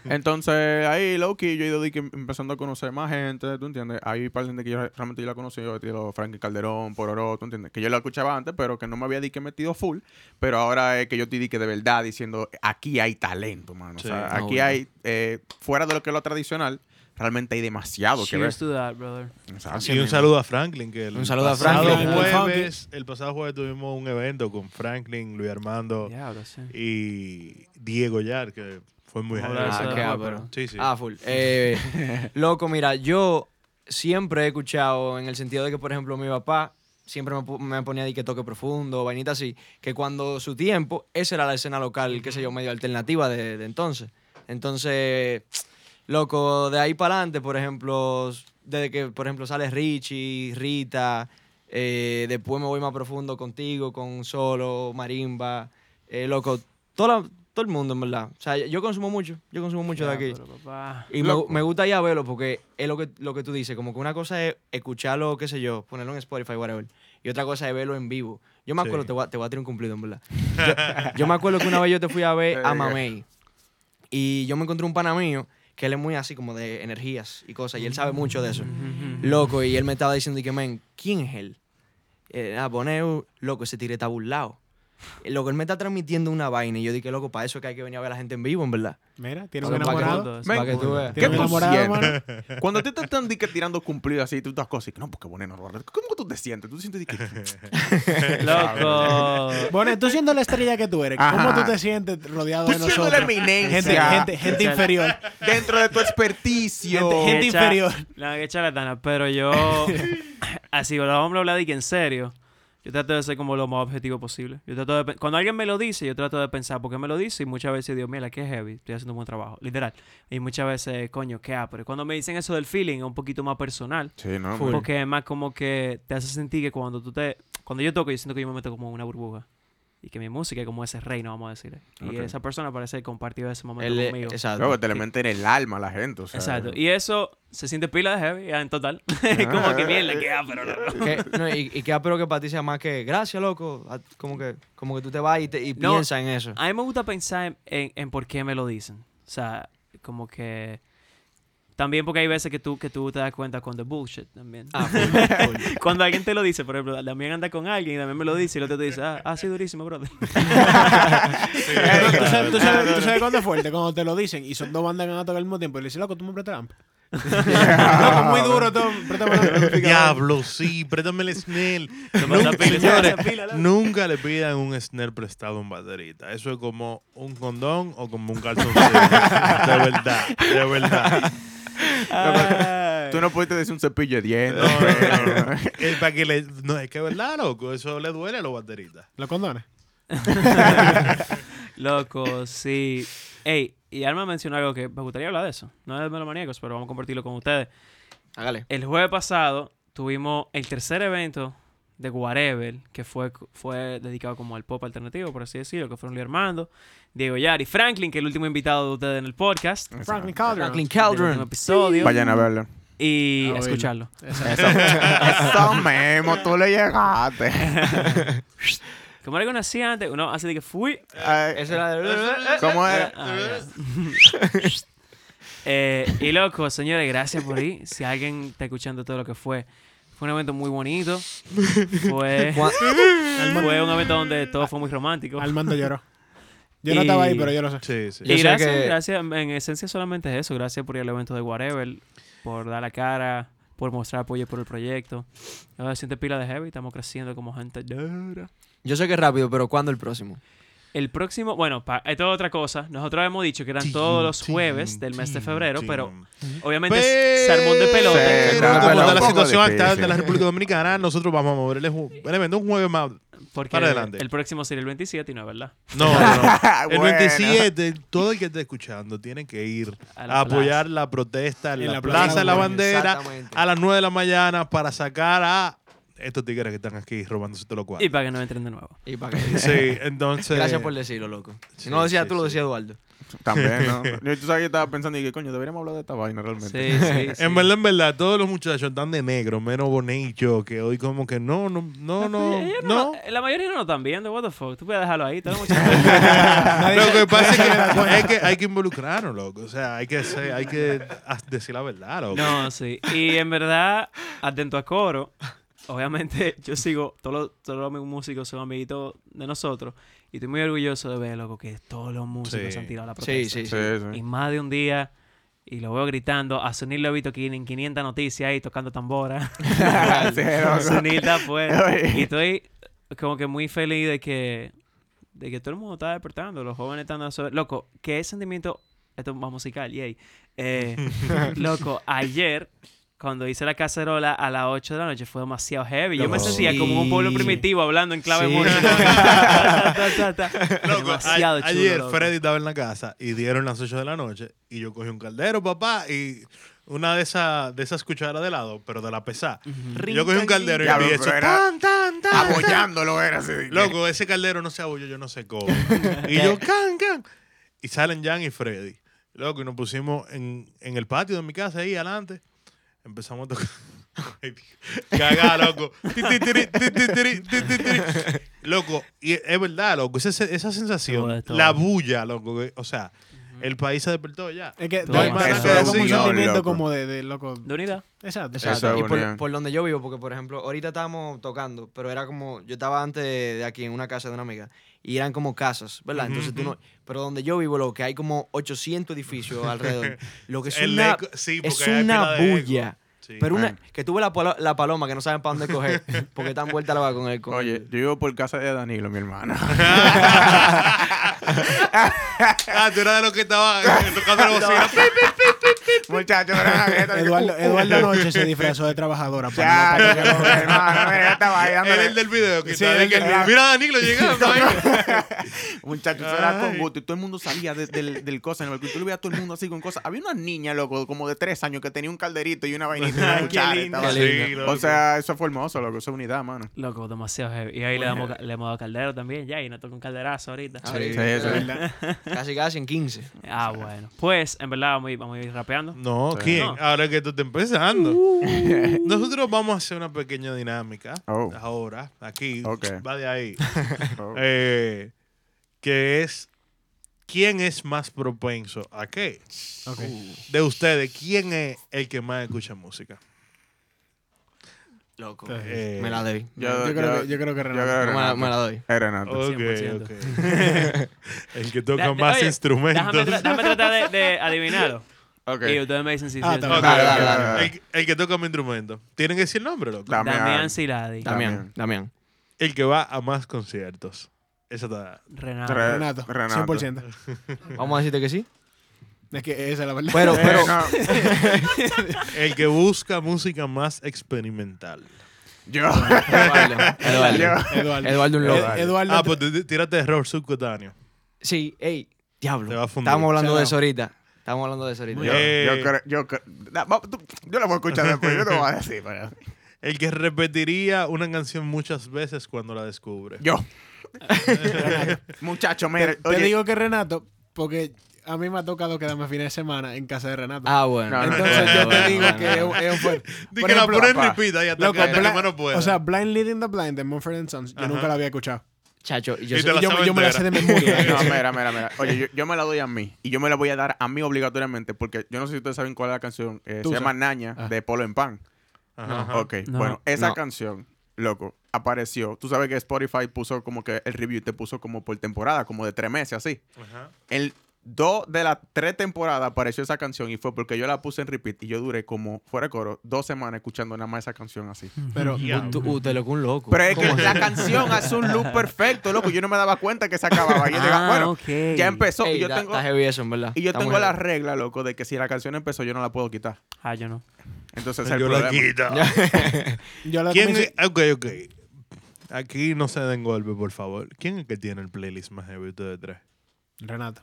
Entonces, ahí, Loki, yo he ido de que empezando a conocer más gente, ¿tú entiendes? Hay un par de gente que yo realmente yo la conocí, yo tío, Frankie Calderón, Pororó, ¿tú entiendes? Que yo la escuchaba antes, pero que no me había di que metido full. Pero ahora es que yo te di que de verdad diciendo, aquí hay talento, mano.
Sí.
O sea,
Ah,
aquí
bueno.
hay, eh, fuera de lo que es lo tradicional, realmente hay demasiado que ver.
Cheers to that, brother.
Exacto.
Y un saludo a Franklin. Que el
Un saludo a
pasado
Franklin.
Jueves, el pasado jueves tuvimos un evento con Franklin, Luis
Oh.
Armando
Ya, ahora sí.
y Diego Yar, que fue muy
Vamos a hablar de
Ah,
eso
agradable.
qué
después,
ápero.
pero-
Sí, sí.
Ah, full. Eh, loco, mira, yo siempre he escuchado en el sentido de que, por ejemplo, mi papá siempre me, pu- me ponía de que toque profundo, vainita así, que cuando su tiempo, esa era la escena local, qué sé yo, medio alternativa de, de entonces. Entonces, loco, de ahí para adelante, por ejemplo, desde que, por ejemplo, sale Richie, Rita, eh, después me voy más profundo contigo, con Solo, Marimba, eh, loco, toda la- todo el mundo, en verdad. O sea, yo consumo mucho, yo consumo mucho de
Ya,
aquí.
pero, papá.
Y me, me gusta ya verlo porque es lo que, lo que tú dices, como que una cosa es escucharlo, qué sé yo, ponerlo en Spotify, whatever, y otra cosa es verlo en vivo. Yo me
Sí.
acuerdo, te, voy a, te voy a tirar un cumplido, en verdad. Yo, yo me acuerdo que una vez yo te fui a ver a Mamey y yo me encontré un pana mío que él es muy así como de energías y cosas y él sabe mucho de eso. Loco, y él me estaba diciendo y que, men, ¿quién es él? Eh, ah, pone, uh, loco, ese tigre está burlado. Loco, él me está transmitiendo una vaina y yo dije, loco, para eso es que hay que venir a ver a la gente en vivo, en verdad.
Mira, tiene un
Para que-
enamorado.
Para que tú
Tiene
veas.
¿Qué
un
tú
enamorado,
sientes?
mano.
Cuando a ti te están di que tirando cumplido así, tú estás cosas, y que, no, porque bueno, no, ¿cómo que tú te sientes? Tú te sientes di que...
Loco.
Bueno, tú siendo la estrella que tú eres, ¿cómo
Ajá.
tú te sientes rodeado
Tú
de
siendo la
nosotros?
eminencia
Gente, gente, gente
Esa-
inferior.
dentro de tu experticio.
Gente- gente-
Qué cha-
inferior.
La que charlatana, pero yo. así, lo vamos a hablar de que en serio. Yo trato de ser como lo más objetivo posible. Yo trato de, pe- cuando alguien me lo dice, yo trato de pensar por qué me lo dice y muchas veces digo, mira, qué heavy, estoy haciendo un buen trabajo, literal. Y muchas veces, coño, qué ah, pero cuando me dicen eso del feeling es un poquito más personal.
Sí, no,
Full.
Porque es más como que te hace sentir que cuando tú te... Cuando yo toco, yo siento que yo me meto como en una burbuja. Y que mi música es como ese reino, vamos a decir. Y
Ok.
esa persona parece compartir ese momento
Él, es-
conmigo.
exacto.
Luego te le meten el alma a la gente, o sea.
Exacto. Y eso se siente pila de heavy ah, en total. como que mierda, que ah, pero no. no.
Que- no, y, y que apero que para ti sea más que gracias, loco. a- Como que, como que tú te vas y, te- y
No. Ah,
piensas en eso.
A mí me gusta pensar en, en- en por qué me lo dicen. O sea, como que... También porque hay veces que tú, que tú te das cuenta cuando es bullshit también.
Ah, full, full.
Cuando alguien te lo dice, por ejemplo, también anda con alguien y también me lo dice y el otro te dice, ah, ah sí, durísimo, brother.
Sí,
Tú
claro.
sabes, tú sabes- tú sabes cuándo es fuerte, cuando te lo dicen y son dos bandas que van a tocar al mismo tiempo y le dicen, loco, tú me prestas amp. Loco, muy duro, Tom. Préstame la amp.
Diablo, sí, préstame el snell.
pasa
Nunca,
pila, eso
señores,
pasa pila, loco.
nunca le pidan un snell prestado a un baterista. Eso es como un condón o como un calzoncillo. de verdad, de verdad.
Tú no pudiste decir un cepillo de dientes.
No, no, no, no. Es para que le, no, es que es verdad, loco. Eso le duele a los bateristas.
Los condones.
Loco, sí. Ey, y Alma mencionó algo que me gustaría hablar de eso. No es de melomaníacos, pero vamos a compartirlo con ustedes.
Hágale.
El jueves pasado tuvimos el tercer evento de Whatever, que fue, fue dedicado como al pop alternativo, por así decirlo, que fueron Luis Armando, Diego Yari, Franklin, que es el último invitado de ustedes en el podcast. del
Franklin Calderon.
Franklin
último
Caldron.
episodio.
Vayan a verlo.
Y
A
a
oírlo.
escucharlo.
Eso, eso mismo, tú le llegaste.
Como era que uno hacía antes, uno hace de que fui
Ay,
Esa era de...
¿Cómo
Ah,
es?
ya. Eh, y loco, señores, gracias por ir. Si alguien está escuchando todo lo que fue, fue un evento muy bonito. Fue,
Juan-
fue un evento donde todo fue muy romántico.
Armando lloró. Yo no
Y-
estaba ahí, pero yo lo sé.
Sí, sí.
Yo
Y
sé
gracias,
que-
gracias. En esencia solamente es eso. Gracias por ir al evento de Whatever, por dar la cara, por mostrar apoyo por el proyecto. Ahora siente pila de heavy, estamos creciendo como gente. dura.
Yo sé que es rápido, pero ¿cuándo el próximo?
El próximo, bueno, pa- esto es otra cosa. Nosotros hemos dicho que eran todos los jueves del mes de febrero, pero Obviamente se armó de pelota.
Pero-
Pero, como está
un
la
poco
situación actual
difícil.
de la República Dominicana, nosotros vamos a mover el, ju- el evento un jueves más
Porque
Para adelante.
el próximo sería el 27 y no es verdad.
No, no, no. El
Ah, Bueno.
27, todo el que esté escuchando tiene que ir
A
a,
la
apoyar la protesta en,
En
la,
la
Plaza de la
Plaza,
Bandera
exactamente.
a las 9 de la mañana para sacar a estos tigres que están aquí robándose todos los
Y
cuadros.
para que no entren de nuevo.
Y para que-
Sí, entonces.
Gracias por decirlo, loco. Si
Sí,
no lo decías
sí,
tú, lo
sí.
decía Eduardo.
También, ¿no? Yo, tú sabes que yo estaba pensando y que, coño, deberíamos hablar de esta vaina realmente.
Sí, sí, sí.
En verdad, en verdad, todos los muchachos están de negro, menos Bonet y yo, que hoy como que no, no, no, no,
Ellos
no.
La mayoría pues, no lo están viendo, what the fuck. Tú puedes dejarlo ahí. todo mucho-
Lo que pasa es que hay que, hay que involucrarnos, loco. O sea, hay que, ser- hay que decir la verdad, loco.
No, sí. Y en verdad, atento a coro. Obviamente, yo sigo, todos los, todos los músicos son amiguitos de nosotros. Y estoy muy orgulloso de ver, loco, que todos los músicos
Sí.
se han tirado a la protesta.
Sí, sí,
Sí,
sí.
sí.
Y más de un día, y lo veo gritando, a Sunil lo he visto aquí en 500 noticias ahí tocando tambora.
Sí, loco.
Sunil está afuera.
Oye.
Y estoy como que muy feliz de que, de que todo el mundo está despertando, los jóvenes están dando sobre- Loco, que es sentimiento, esto es más musical, yay. Eh, loco, ayer... Cuando hice la cacerola a las 8 de la noche fue demasiado heavy. Yo me
Loco,
sentía como un pueblo
sí.
primitivo hablando en clave
Sí.
música. Ta, ta, ta, ta.
Loco, a-
Demasiado chulo,
ayer
loco.
Freddy estaba en la casa y dieron las 8 de la noche y yo cogí un caldero, papá, y una de esas de esas cucharas de helado, pero de la pesada. Yo cogí un caldero y
Diablo,
vi eso.
pero era-
Tan, tan, tan, tan.
Apoyándolo era así. de que-
Loco, ese caldero no se abolló, yo no sé cómo. y yo, can, can. Y salen Jan y Freddy. Loco, y nos pusimos en, en el patio de mi casa ahí adelante. Empezamos a tocar. Cagá, loco. Ti, ti, tiri, ti, ti, tiri, ti, ti, tiri. Loco, y es verdad, loco. Esa, esa sensación,
Todo, todo.
la bulla, loco. que- O sea, el país se despertó ya.
Es que
Tú
da-
vas a
da-
hacer
da
eso.
como un
No,
sentimiento
loco.
como de, de loco.
De unidad.
Exacto.
Exacto.
Esa es
y por,
buena.
por donde yo vivo, porque por ejemplo, ahorita estábamos tocando, pero era como, yo estaba antes de, de aquí en una casa de una amiga, y eran como casas, ¿verdad? Entonces tú no, pero donde yo vivo, lo que hay como 800 edificios alrededor, lo que es
El
una,
eco- sí,
es
porque hay
una
pila de eco.
bulla.
Sí.
Pero una,
Bueno.
que tuve la, palo- la paloma que no saben para dónde coger, porque están vuelta la va con él. Con
Oye, yo vivo por casa de Danilo, mi hermano.
Ah, tú eras de los que estaba eh, tocando la bocina.
Muchachos, pero no, esto-
Eduardo, Eduardo Noche se disfrazó de trabajadora. para
Ya,
no- para
chico, mi hermano, mira, yo estaba ahí
Era
dándole-
el del video. Que
Sí,
estaba de
el
que,
del video.
mira a Danilo llegando. ahí.
Muchachos, eso era con
Ay.
gusto. Y todo el mundo salía de- del, del cosa en el balcón. Tú lo veías a todo el mundo así con cosas. Había una niña, loco, como de tres años que tenía un calderito y una vainita. y una
Qué
cuchara y
lindo.
estaba
Qué
así.
lindo.
loco.
O sea, eso fue hermoso, loco. Eso es unidad, mano.
Loco, demasiado heavy. Y ahí le,
Muy
damos, le hemos dado caldero también, ya, y nos toca un calderazo ahorita.
Ah, Sí,
Sí,
eso
sí.
es Casi casi en 15.
Ah, bueno. Pues, en verdad, vamos a ir, vamos a ir rapeando.
No, ¿quién?
No.
Ahora que tú estás empezando. Nosotros vamos a hacer una pequeña dinámica.
Oh.
Ahora, aquí.
Ok.
Va de ahí.
Oh.
Eh, que es, ¿quién es más propenso a qué?
Ok.
De ustedes, ¿quién es el que más escucha música?
Loco.
Entonces,
Eh,
me la doy.
Yo, creo que, yo creo que
yo
Renato.
creo
No me la, me la doy.
es Renato.
Ok,
100%.
ok. el que toca
Da- da-
más
oye,
instrumentos.
Déjame, tra- déjame tratar de, de adivinarlo.
Ok.
Y ustedes me dicen si sí,
Ah,
sí.
Ok,
también.
ok,
Dale,
ok.
dale, dale.
El, el que toca mi instrumento. Tienen que decir el nombre, loco.
Damián.
Damián Siladi.
Da-
Damián, Damián.
El que va a más conciertos. Esa está.
Renato.
Re-
Renato.
Renato.
100%.
Vamos a decirte que sí.
Es que esa es la verdad.
Pero,
Eh,
pero,
no,
El que busca música más experimental.
yo.
Eduardo, Eduardo.
Eduardo.
Eduardo un loco.
Ed- Eduardo.
Ah, pues t- tírate error subcutáneo.
Sí, ey, diablo.
Te va a fundir.
Estamos hablando
Salado.
de eso ahorita. Estamos hablando de eso ahorita.
Yo,
Eh.
yo creo- yo creo- da- va- tú- yo la voy a escuchar después, yo te voy a decir. pues. pero-
El que repetiría una canción muchas veces cuando la descubre.
Yo. Muchacho, mira.
te, te
oye,
digo que Renato, porque a mí me ha tocado quedarme fines de semana en casa de Renato.
Ah, bueno.
No, no,
Entonces yo te
Bueno,
digo
bueno,
que
bueno.
es- es fuerte.
Di
Por
que la
ejemplo,
ponen
papá.
repita y hasta
Loco,
que, hasta que
Bla-
menos pueda.
O sea, Blind Leading the Blind de Mumford and Sons. Yo
Ajá.
nunca la había escuchado.
Chacho, y yo
Y
sé-
te la
yo,
sabe
yo me la sé de
entera.
memoria.
No, mira, mira, mira. Oye, yo, yo me la doy a mí. Y yo me la voy a dar a mí obligatoriamente. Porque yo no sé si ustedes saben cuál es la canción. eh, se
Tú
llama
sabes.
Naña,
Ah.
de Polo en Pan.
Ajá, ajá.
Ok.
No.
Bueno, esa
No.
canción, loco, apareció. Tú sabes que Spotify puso como que el review te puso como por temporada, como de tres meses, así.
Ajá.
El dos de las tres temporadas apareció esa canción y fue porque yo la puse en repeat y yo duré como, fuera de coro, dos semanas escuchando nada más esa canción así.
Pero
Ya.
Tú, uh, te loco un loco.
Pero es que
¿Cómo
la canción hace un loop perfecto, loco. Yo no me daba cuenta que se acababa. Y yo digo,
Ah,
bueno,
ok.
ya empezó.
Ey,
y yo
da-
tengo,
Está heavy eso, en verdad.
y yo
Está muy
tengo la
heavy.
regla, loco, de que si la canción empezó, yo no la puedo quitar.
Ah, yo no.
Entonces, ese es
Yo
el
la
problema.
quito.
yo la
¿Quién
comencé-
es? Ok, ok. Aquí no se den golpe, por favor. ¿Quién es que tiene el playlist más heavy de ustedes tres?
Renato.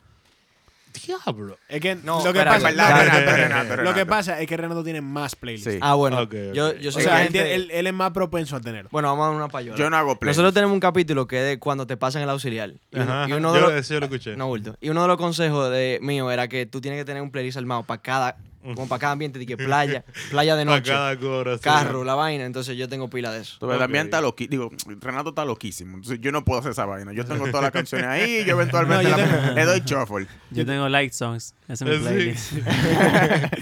Diablo.
Es que
No,
lo que
espérate,
pasa,
espérate,
no,
espérate,
Renato,
espérate,
espérate.
lo que pasa es que Renato tiene más playlists.
Sí.
Ah, bueno.
Ok, ok.
Yo, yo
O
soy
sea,
de
él,
gente-
tiene- él- él es más propenso a tenerlo.
Bueno, vamos a dar una payola.
Yo no hago play.
Nosotros tenemos un capítulo que es de cuando te pasan el auxiliar. Y uno-
Ajá,
y
ajá.
uno de
yo,
los-
eso yo lo escuché.
No, bulto. Y uno de los consejos de mío era que tú tienes que tener un playlist armado para cada, como para cada ambiente, de que playa, playa de
Pa'
noche,
cada coro, sí.
carro, la vaina. Entonces yo tengo pila de eso.
Tú ves,
Ok.
Damián está loquísimo. Digo, Renato está loquísimo. Entonces, yo no puedo hacer esa vaina. Yo tengo todas las canciones ahí. Yo eventualmente
No, yo
la-
tengo-
le doy shuffle.
Yo tengo light songs. Ese es mi
Sí.
playlist.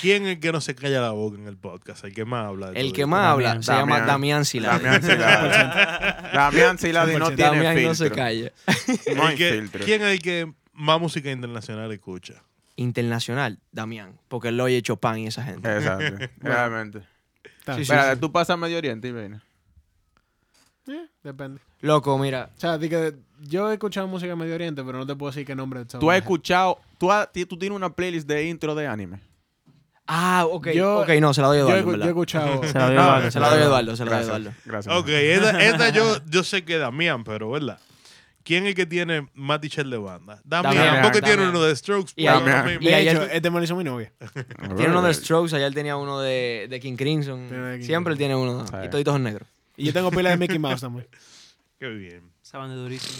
¿Quién es el que no se calla la boca en el podcast? El que más habla. de
El
todo
que
esto.
más habla
Damián.
se llama Damián Sila.
Damián Siladi. Damián Siladi no
100%.
tiene
Damián no se
filtro.
calla.
No
El
hay
que-
filtro.
¿Quién es el que más música internacional escucha?
Internacional, Damián. Porque él oye Chopin y esa gente.
Exacto. Realmente.
Está.
Sí, sí,
Espera, tú pasas a Medio Oriente y ven.
Eh, depende.
Loco, mira.
O sea, di que yo he escuchado música de Medio Oriente, pero no te puedo decir qué nombre de
Tú has escuchado. Tú, has- ti- tú tienes una playlist de intro de anime.
Ah, ok.
Yo-
ok, no, se la doy a
Yo, he-
Eduardo.
yo
en
he
verdad.
escuchado.
Se la doy a
No,
Eduardo,
Ah, Se la doy a Eduardo, se la doy a Eduardo.
Gracias.
Ok, esta, esta yo, yo sé que Damián, pero ¿verdad? ¿Quién es el que tiene más tichel de banda? Damián,
Damián,
porque
Damián.
tiene uno de Strokes. Pues,
Y
pero
Damián.
no me-
Y
De
ayer
hecho,
tú-
este me lo hizo mi novia.
Tiene uno de Strokes, allá él tenía uno de, de King Crimson.
Tiene de King
Siempre él tiene uno.
Sí.
Y todos en negro.
Y yo tengo pila de Mickey Mouse también.
Qué bien.
Esa banda es durísima.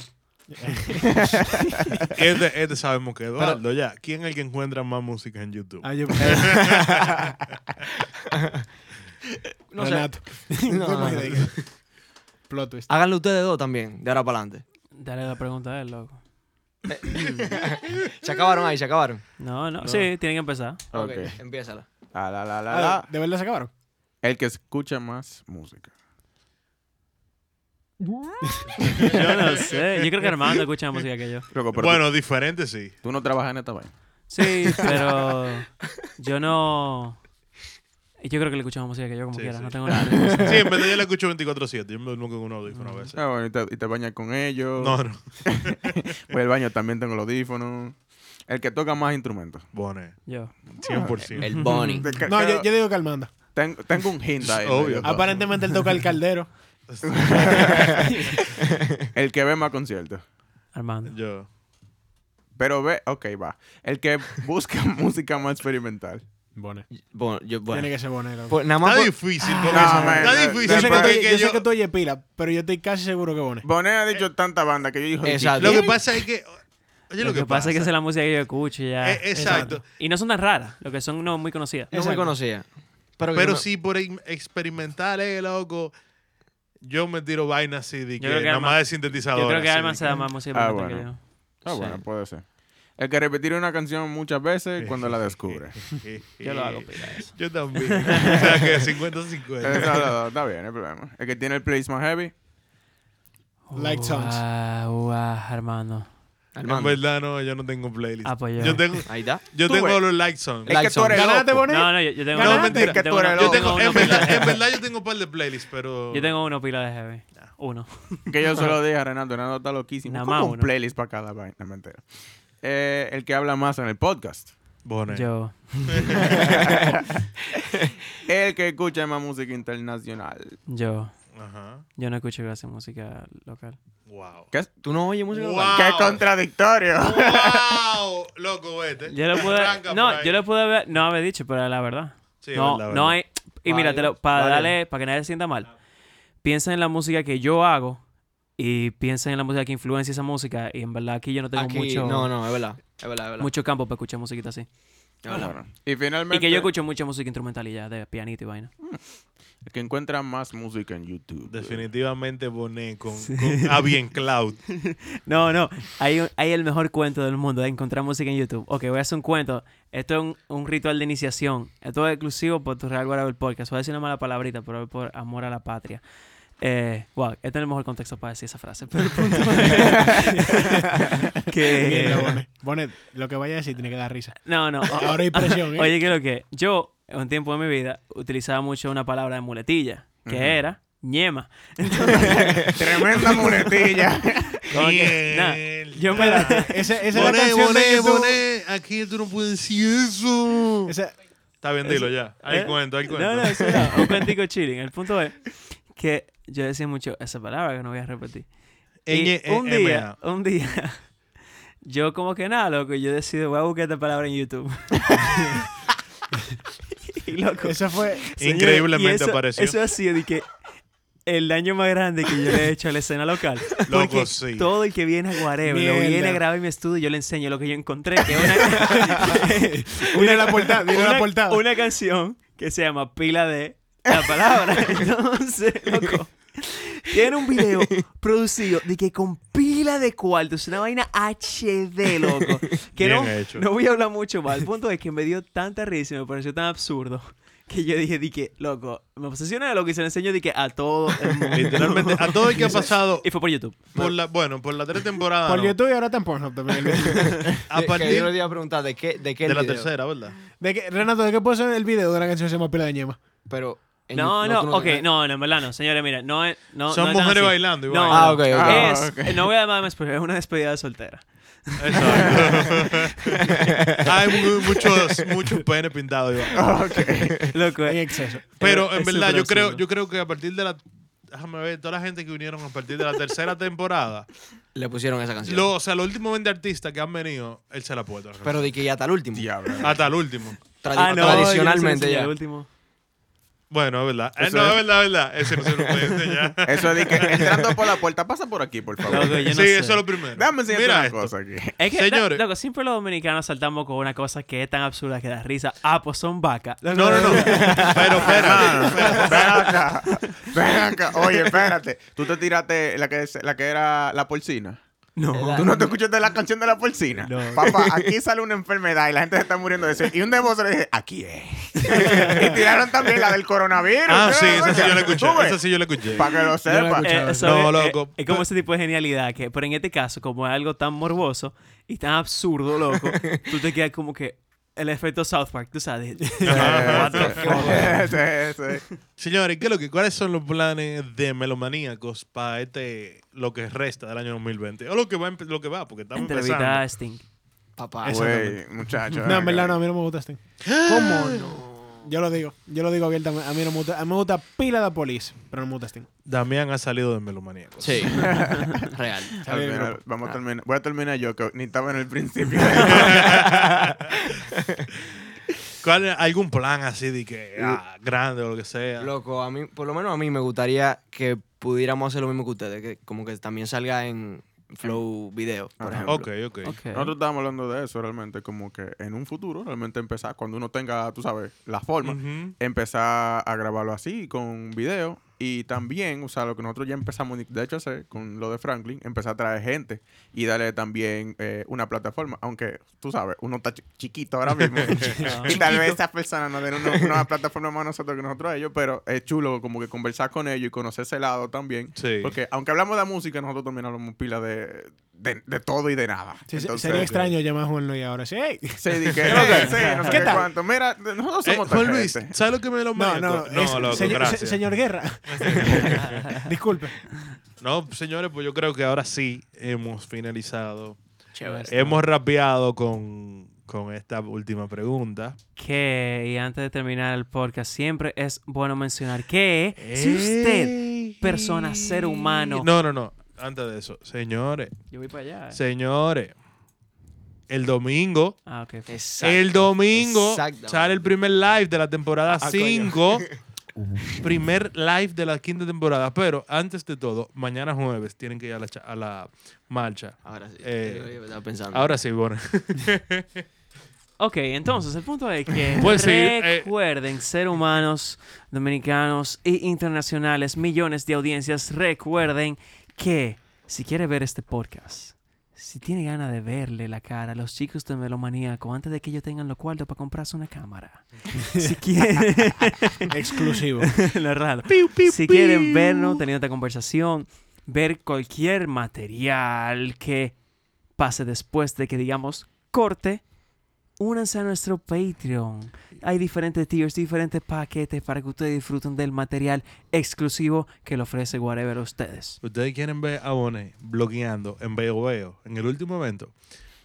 Este, este sabemos que es Eduardo ya. ¿Quién es el que encuentra más música en YouTube?
Ah, yo-
No sé.
Renato.
No,
¿Te
no, no.
imaginas? Plot twist.
Háganlo ustedes dos también, de ahora para adelante.
Dale la pregunta a él, loco.
Se acabaron ahí, se acabaron.
No, no. Sí, tienen que empezar.
Ok,
Ok.
empiézala.
La, la, la, la,
Ah,
la.
¿De verdad se acabaron?
El que escucha más música.
Yo no sé. Yo creo que Armando escucha más música que yo.
Loco, pero
bueno, diferente sí.
tú, tú no trabajas en esta vaina.
Sí, pero yo no. Yo creo que le escucha más música que yo, como
Sí,
quiera.
sí.
No tengo nada.
Sí, en vez de yo la escucho 24-7. Yo me duermo con un audífono a veces.
Ah, bueno, y te, y te bañas con ellos.
No, no.
Voy al baño, también tengo los audífonos. El que toca más instrumentos.
Bonet.
Yo.
100%.
El Bonnie.
Te-
No,
te-
yo, yo digo que Armando.
ten- tengo un hint ahí.
Obvio.
medio.
Aparentemente él toca el caldero.
El que ve más conciertos.
Armando.
Yo.
Pero ve, ok, va. El que busca música más experimental.
Bone.
Bueno, yo, bueno.
Tiene que ser Bone. loco.
Pues, nada más
Está
por-
difícil.
Ah,
No,
porque eso-
man,
está
no,
difícil.
Yo sé, que
porque
tú, yo
yo-
sé que tú oyes pila, pero yo estoy casi seguro que Bone.
Bonet ha dicho tanta banda que yo dije.
Exacto.
Lo que pasa es que. Oye,
Lo que pasa es que esa es la música que yo escucho y ya.
Eh, exacto.
Y no son tan raras, lo que son no muy conocidas.
no me
Exacto.
conocía. Pero, que
Pero
yo me-
si por im- experimentar, eh, loco. Yo me tiro vainas así de que,
creo que
nada
Alma-
más de sintetizador.
Yo creo que
así,
Arman
de
se da más música
Ah,
experimental
bueno.
que
Ah, bueno,
Sí.
puede ser. El que repetir una canción muchas veces cuando la descubre.
que-
yo. Yo lo hago pila eso.
Yo también. o sea que 50-50.
Eso, Eh, no, no, está bien, no hay problema. El que tiene el place más heavy.
Like songs.
Ah, uah, Armando.
En
Armando,
verdad, no, yo no tengo playlist.
Ah, pues ya.
yo tengo,
ahí está.
yo
Tú,
tengo
güey.
los like songs.
El
Like
que tú
song.
eres
¿Ganaste,
loco.
Bonet?
No, no, yo, yo tengo
No,
una-
mentira,
yo
que
tengo
tú
una-
eres
Yo
loco.
tengo
tengo,
una
en verdad,
pila-
en verdad yo tengo un par de playlists, pero.
Yo tengo una pila de heavy. Uno.
Que yo solo dije a Renato, Renato está loquísimo.
Nada
¿Cómo
más
un
uno.
playlist para cada vaina, No, mentira. Eh, el que habla más en el podcast.
Bonet.
Yo.
El que escucha más música internacional.
Yo.
Ajá.
Yo no escucho casi música local.
Wow.
¿Qué, es-
¿Tú no oyes música?
Wow.
local?
qué contradictorio! Ah,
¡Wow! Loco, vete.
Yo lo
Arranca
pude. No,
por
yo
ahí.
lo pude haber. No haber dicho, pero la verdad.
Sí,
no,
verdad,
no
verdad.
hay. Y
Vale,
mira, te lo- para
vale.
darle, para que nadie se sienta mal, piensa en la música que yo hago y piensa en la música que influencia esa música. Y en verdad aquí yo no tengo
Aquí-
mucho,
No, no, es verdad. Es verdad, es verdad.
mucho campo para escuchar musiquita así.
Es verdad.
Bueno, y finalmente,
Y que yo escucho mucha música instrumental y ya, de pianito y vaina.
el que encuentra más música en YouTube.
Definitivamente Bonet con, con Ah, bien Cloud.
No, no, hay, un- hay el mejor cuento del mundo de encontrar música en YouTube. Ok, voy a hacer un cuento. Esto es un, un ritual de iniciación. Esto es exclusivo por tu Real Guarabel Podcast. Voy a decir una mala palabrita, pero es por amor a la patria. Eh, wow, este es el mejor contexto para decir esa frase. Pero el punto es que...
Mierda, Bonet. Bonet, lo que vaya a decir tiene que dar risa.
No, no. o-
Ahora hay presión, ¿eh?
Oye, que lo que yo, en un tiempo de mi vida, utilizaba mucho una palabra de muletilla, que
Ujú.
era ñema.
Tremenda muletilla.
Como que, nah, yo me la-
Esa, esa es la
Bonet,
canción de
Bonet,
YouTube.
Bonet. Aquí tú no puedes decir eso.
Esa-
Está bien, dilo ya. Hay
¿Eh?
cuento, hay cuento.
No, no, eso no, un cuentico chilling. El punto es que yo decía mucho esa palabra que no voy a repetir.
Ñ-
Y
e-
un día,
MA.
un día, yo como que nada, loco, yo decido, voy a buscar esta palabra en YouTube. y loco,
Eso fue.
señores,
Increíblemente
y eso,
apareció.
Eso ha sido de que el daño más grande que yo le he hecho a la escena local.
Loco,
Porque
sí.
Todo el que viene a Guarebo, lo
Mierda.
viene a grabar en mi estudio, yo le enseño lo que yo encontré. Que es una,
Dile la portada, dile la
una-
portada.
una canción que se llama Pila de la palabra. Entonces, loco. Tiene un video producido de que con pila de cuartos, una vaina HD, loco. Que
Bien
no,
hecho.
no voy a hablar mucho más. El punto es que me dio tanta risa y me pareció tan absurdo que yo dije, di que, loco, me obsesiona de lo que se le enseño di que a todo el mundo.
Literalmente, a todo el que ha pasado
Y fue por YouTube.
por la, bueno, por la tres temporadas.
Por
Ah, no.
YouTube y ahora está en Pornhub también. el video.
a
Que yo le
partir
iba a preguntar de qué, de qué
de
el
la
video.
tercera, ¿verdad?
¿De qué- Renato, ¿de qué puede ser el video de una canción que se llama Pila de Ñema?
Pero. en
No,
YouTube-
no,
tú
ok, no, no, en verdad no, señores, mira, no es. No,
Son
no es tan
mujeres
así.
bailando y
No,
vaina.
Ah, ok, ok.
Ah,
Es,
ok.
No voy a dar más, pero es una despedida de soltera.
Exacto. Hay mu- muchos, muchos penes pintados, Iván.
Loco,
En
eh,
exceso.
Pero
es
en verdad,
súper
yo creo,
absurdo.
yo creo que a partir de la. Déjame ver, toda la gente que vinieron a partir de la tercera temporada.
Le pusieron esa canción.
Lo, o sea, los últimos 20 artistas que han venido, él se la ha puesto.
Pero de que ya hasta el último.
Diablo.
Hasta el último.
Tradi-
ah, no,
tradicionalmente ya.
El último.
Bueno, es verdad. Eh,
Eso
no,
es.
es verdad, es verdad. Ese no se lo puede enseñar.
Eso es de que entrando por la puerta, pasa por aquí, por favor.
Loco, yo no
sí,
sé.
eso es lo primero.
Dame enseñarte
Mira
una
esto.
cosa aquí.
Es que,
Señores.
lo- loco, siempre los dominicanos saltamos con una cosa que es tan absurda que da risa. Ah, pues son vacas. Loco,
No, no, no. Pero, espera.
Ven acá. Ven acá. Oye, espérate. Tú te tiraste la que, es- la que era la porcina.
No.
¿Tú no te escuchaste la canción de la porcina? Papá, aquí sale una enfermedad y la gente se está muriendo de eso. Y un devoto le dice, aquí es. y tiraron también la del coronavirus.
Ah, sí, esa sí yo la
le
escuché. Esa sí yo la escuché.
Para que lo sepa.
escuché.
Eh,
Chao.
eso
No,
es,
loco.
Es, es como ese tipo de genialidad que, pero en este caso, como es algo tan morboso y tan absurdo, loco, tú te quedas como que el efecto South Park, tú sabes.
Eh,
What the fuck.
Sí, sí, sí.
Señores, ¿qué es lo que, ¿cuáles son los planes de melomaníacos para este, lo que resta del año 2020? O lo que va, empe- lo que va porque estamos
Entrevista a
empezando.
Sting.
Papá.
Eso
Güey, muchacho.
Ah,
No,
ven
en verdad
acá.
no, a mí no me gusta Sting.
¿Cómo no?
Yo lo digo, yo lo digo abiertamente. A mí no me gusta, a mí me gusta pila de police, pero no me gusta Sting.
Damián ha salido de melomaníacos.
Sí. Real.
Al
Sale del
final,
grupo.
vamos a terminar. Voy a terminar yo, que ni estaba en el principio.
¿Cuál es algún plan así de que ah, grande o lo que sea?
Loco, a mí, por lo menos a mí me gustaría que pudiéramos hacer lo mismo que ustedes, que como que también salga en Flow Video, por
Ajá.
ejemplo.
ok, ok.
Nosotros estábamos hablando de eso realmente, como que en un futuro, realmente empezar, cuando uno tenga, tú sabes, la forma,
Ujú.
empezar a grabarlo así, con video. Y también, o sea, lo que nosotros ya empezamos, de hecho, a hacer con lo de Franklin, empezar a traer gente y darle también eh, una plataforma. Aunque, tú sabes, uno está chi- chiquito ahora mismo. y tal vez esas personas no den una, una plataforma más a nosotros que nosotros a ellos, pero es chulo como que conversar con ellos y conocer ese lado también.
Sí.
Porque aunque hablamos de música, nosotros también hablamos pila de, de, de todo y de nada.
Sí, sí,
Entonces-
sería extraño llamar a Juan Luis ahora. Sí, ey.
Sí, di que, eh, sí, no sé
¿Qué
qué
tal?
cuánto. Mira, nosotros
Eh,
somos tan
Juan Luis,
gente.
¿sabes lo que me lo
No, no, es-
loco,
señor, se-
gracias.
señor Guerra. Disculpe.
No, señores, pues yo creo que ahora sí hemos finalizado.
Chévere.
Hemos rapeado con, con esta última pregunta.
que, y antes de terminar el podcast, siempre es bueno mencionar que
Eh.
si usted... persona, ser humano-
No, no, no. Antes de eso, señores,
Yo voy para allá. eh.
señores, el domingo,
Ah, ok. ok.
Exacto.
el domingo
Exactamente.
sale el primer live de la temporada
Ah, coño.
5. primer live de la quinta temporada. Pero antes de todo, mañana jueves tienen que ir a la, cha- a la marcha.
Ahora sí.
Eh,
Yo estaba pensando.
Ahora sí, bueno.
Ok, entonces el punto es que
Pues sí, eh.
recuerden ser humanos dominicanos e internacionales, millones de audiencias, recuerden que si quiere ver este podcast, si tiene ganas de verle la cara a los chicos de Melomaníaco antes de que ellos tengan los cuartos para comprarse una cámara, si quiere...
Exclusivo.
Lo raro. si quieren vernos teniendo esta conversación, ver cualquier material que pase después de que digamos corte, únanse a nuestro Patreon. Hay diferentes tiers, diferentes paquetes para que ustedes disfruten del material exclusivo que le ofrece Whatever a ustedes.
Ustedes quieren ver a Bonet bloqueando en Veo Veo en el último evento.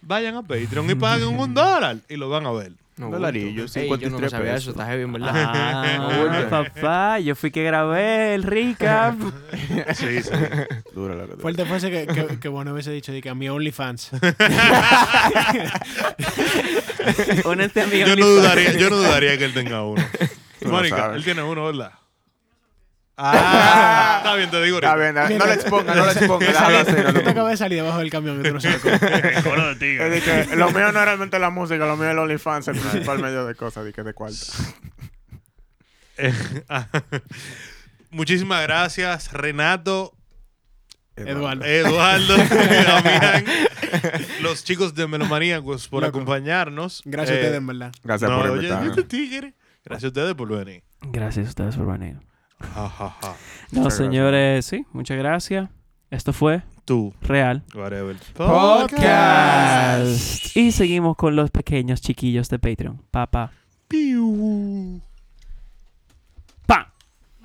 Vayan a Patreon y paguen un dólar y lo van a ver.
No,
Dolarillo,
Ey, yo no
53
sabía eso,
pesos.
está heavy, en verdad.
Ah, papá, yo fui que grabé el recap.
Sí, sí.
Dura la que te-
Fuerte fuese que, que, que bueno hubiese dicho de que a mi OnlyFans.
Únete a mi
yo, no
OnlyFans.
dudaría, yo no dudaría que él tenga uno.
Tú no
Mónica,
sabes.
él tiene uno, ¿verdad? Ah, está bien, te digo
Está
ahorita.
bien, no no le exponga, no le exponga. déjalo así, no
Tú te
te-
acabas de salir debajo del camión que tú no sabes cómo.
Coro de tigre.
Es de que lo mío no es realmente la música, lo mío es el OnlyFans, el principal medio de cosas, de que de cuarto.
Eh, ah, Muchísimas gracias, Renato,
Eduardo.
Eduardo, Damián, los chicos de Melomanía pues, por
Loco.
acompañarnos.
Gracias
Eh,
a ustedes, en verdad.
Gracias
no,
por
oye,
invitarme.
este tigre. Gracias a ustedes por venir.
Gracias a ustedes por venir.
Ja, ja, ja.
No,
Muchas gracias.
señores, sí, muchas gracias. Esto fue
Tú,
Real
whatever.
Podcast.
Y seguimos con los pequeños chiquillos de Patreon. Papá.
Piu.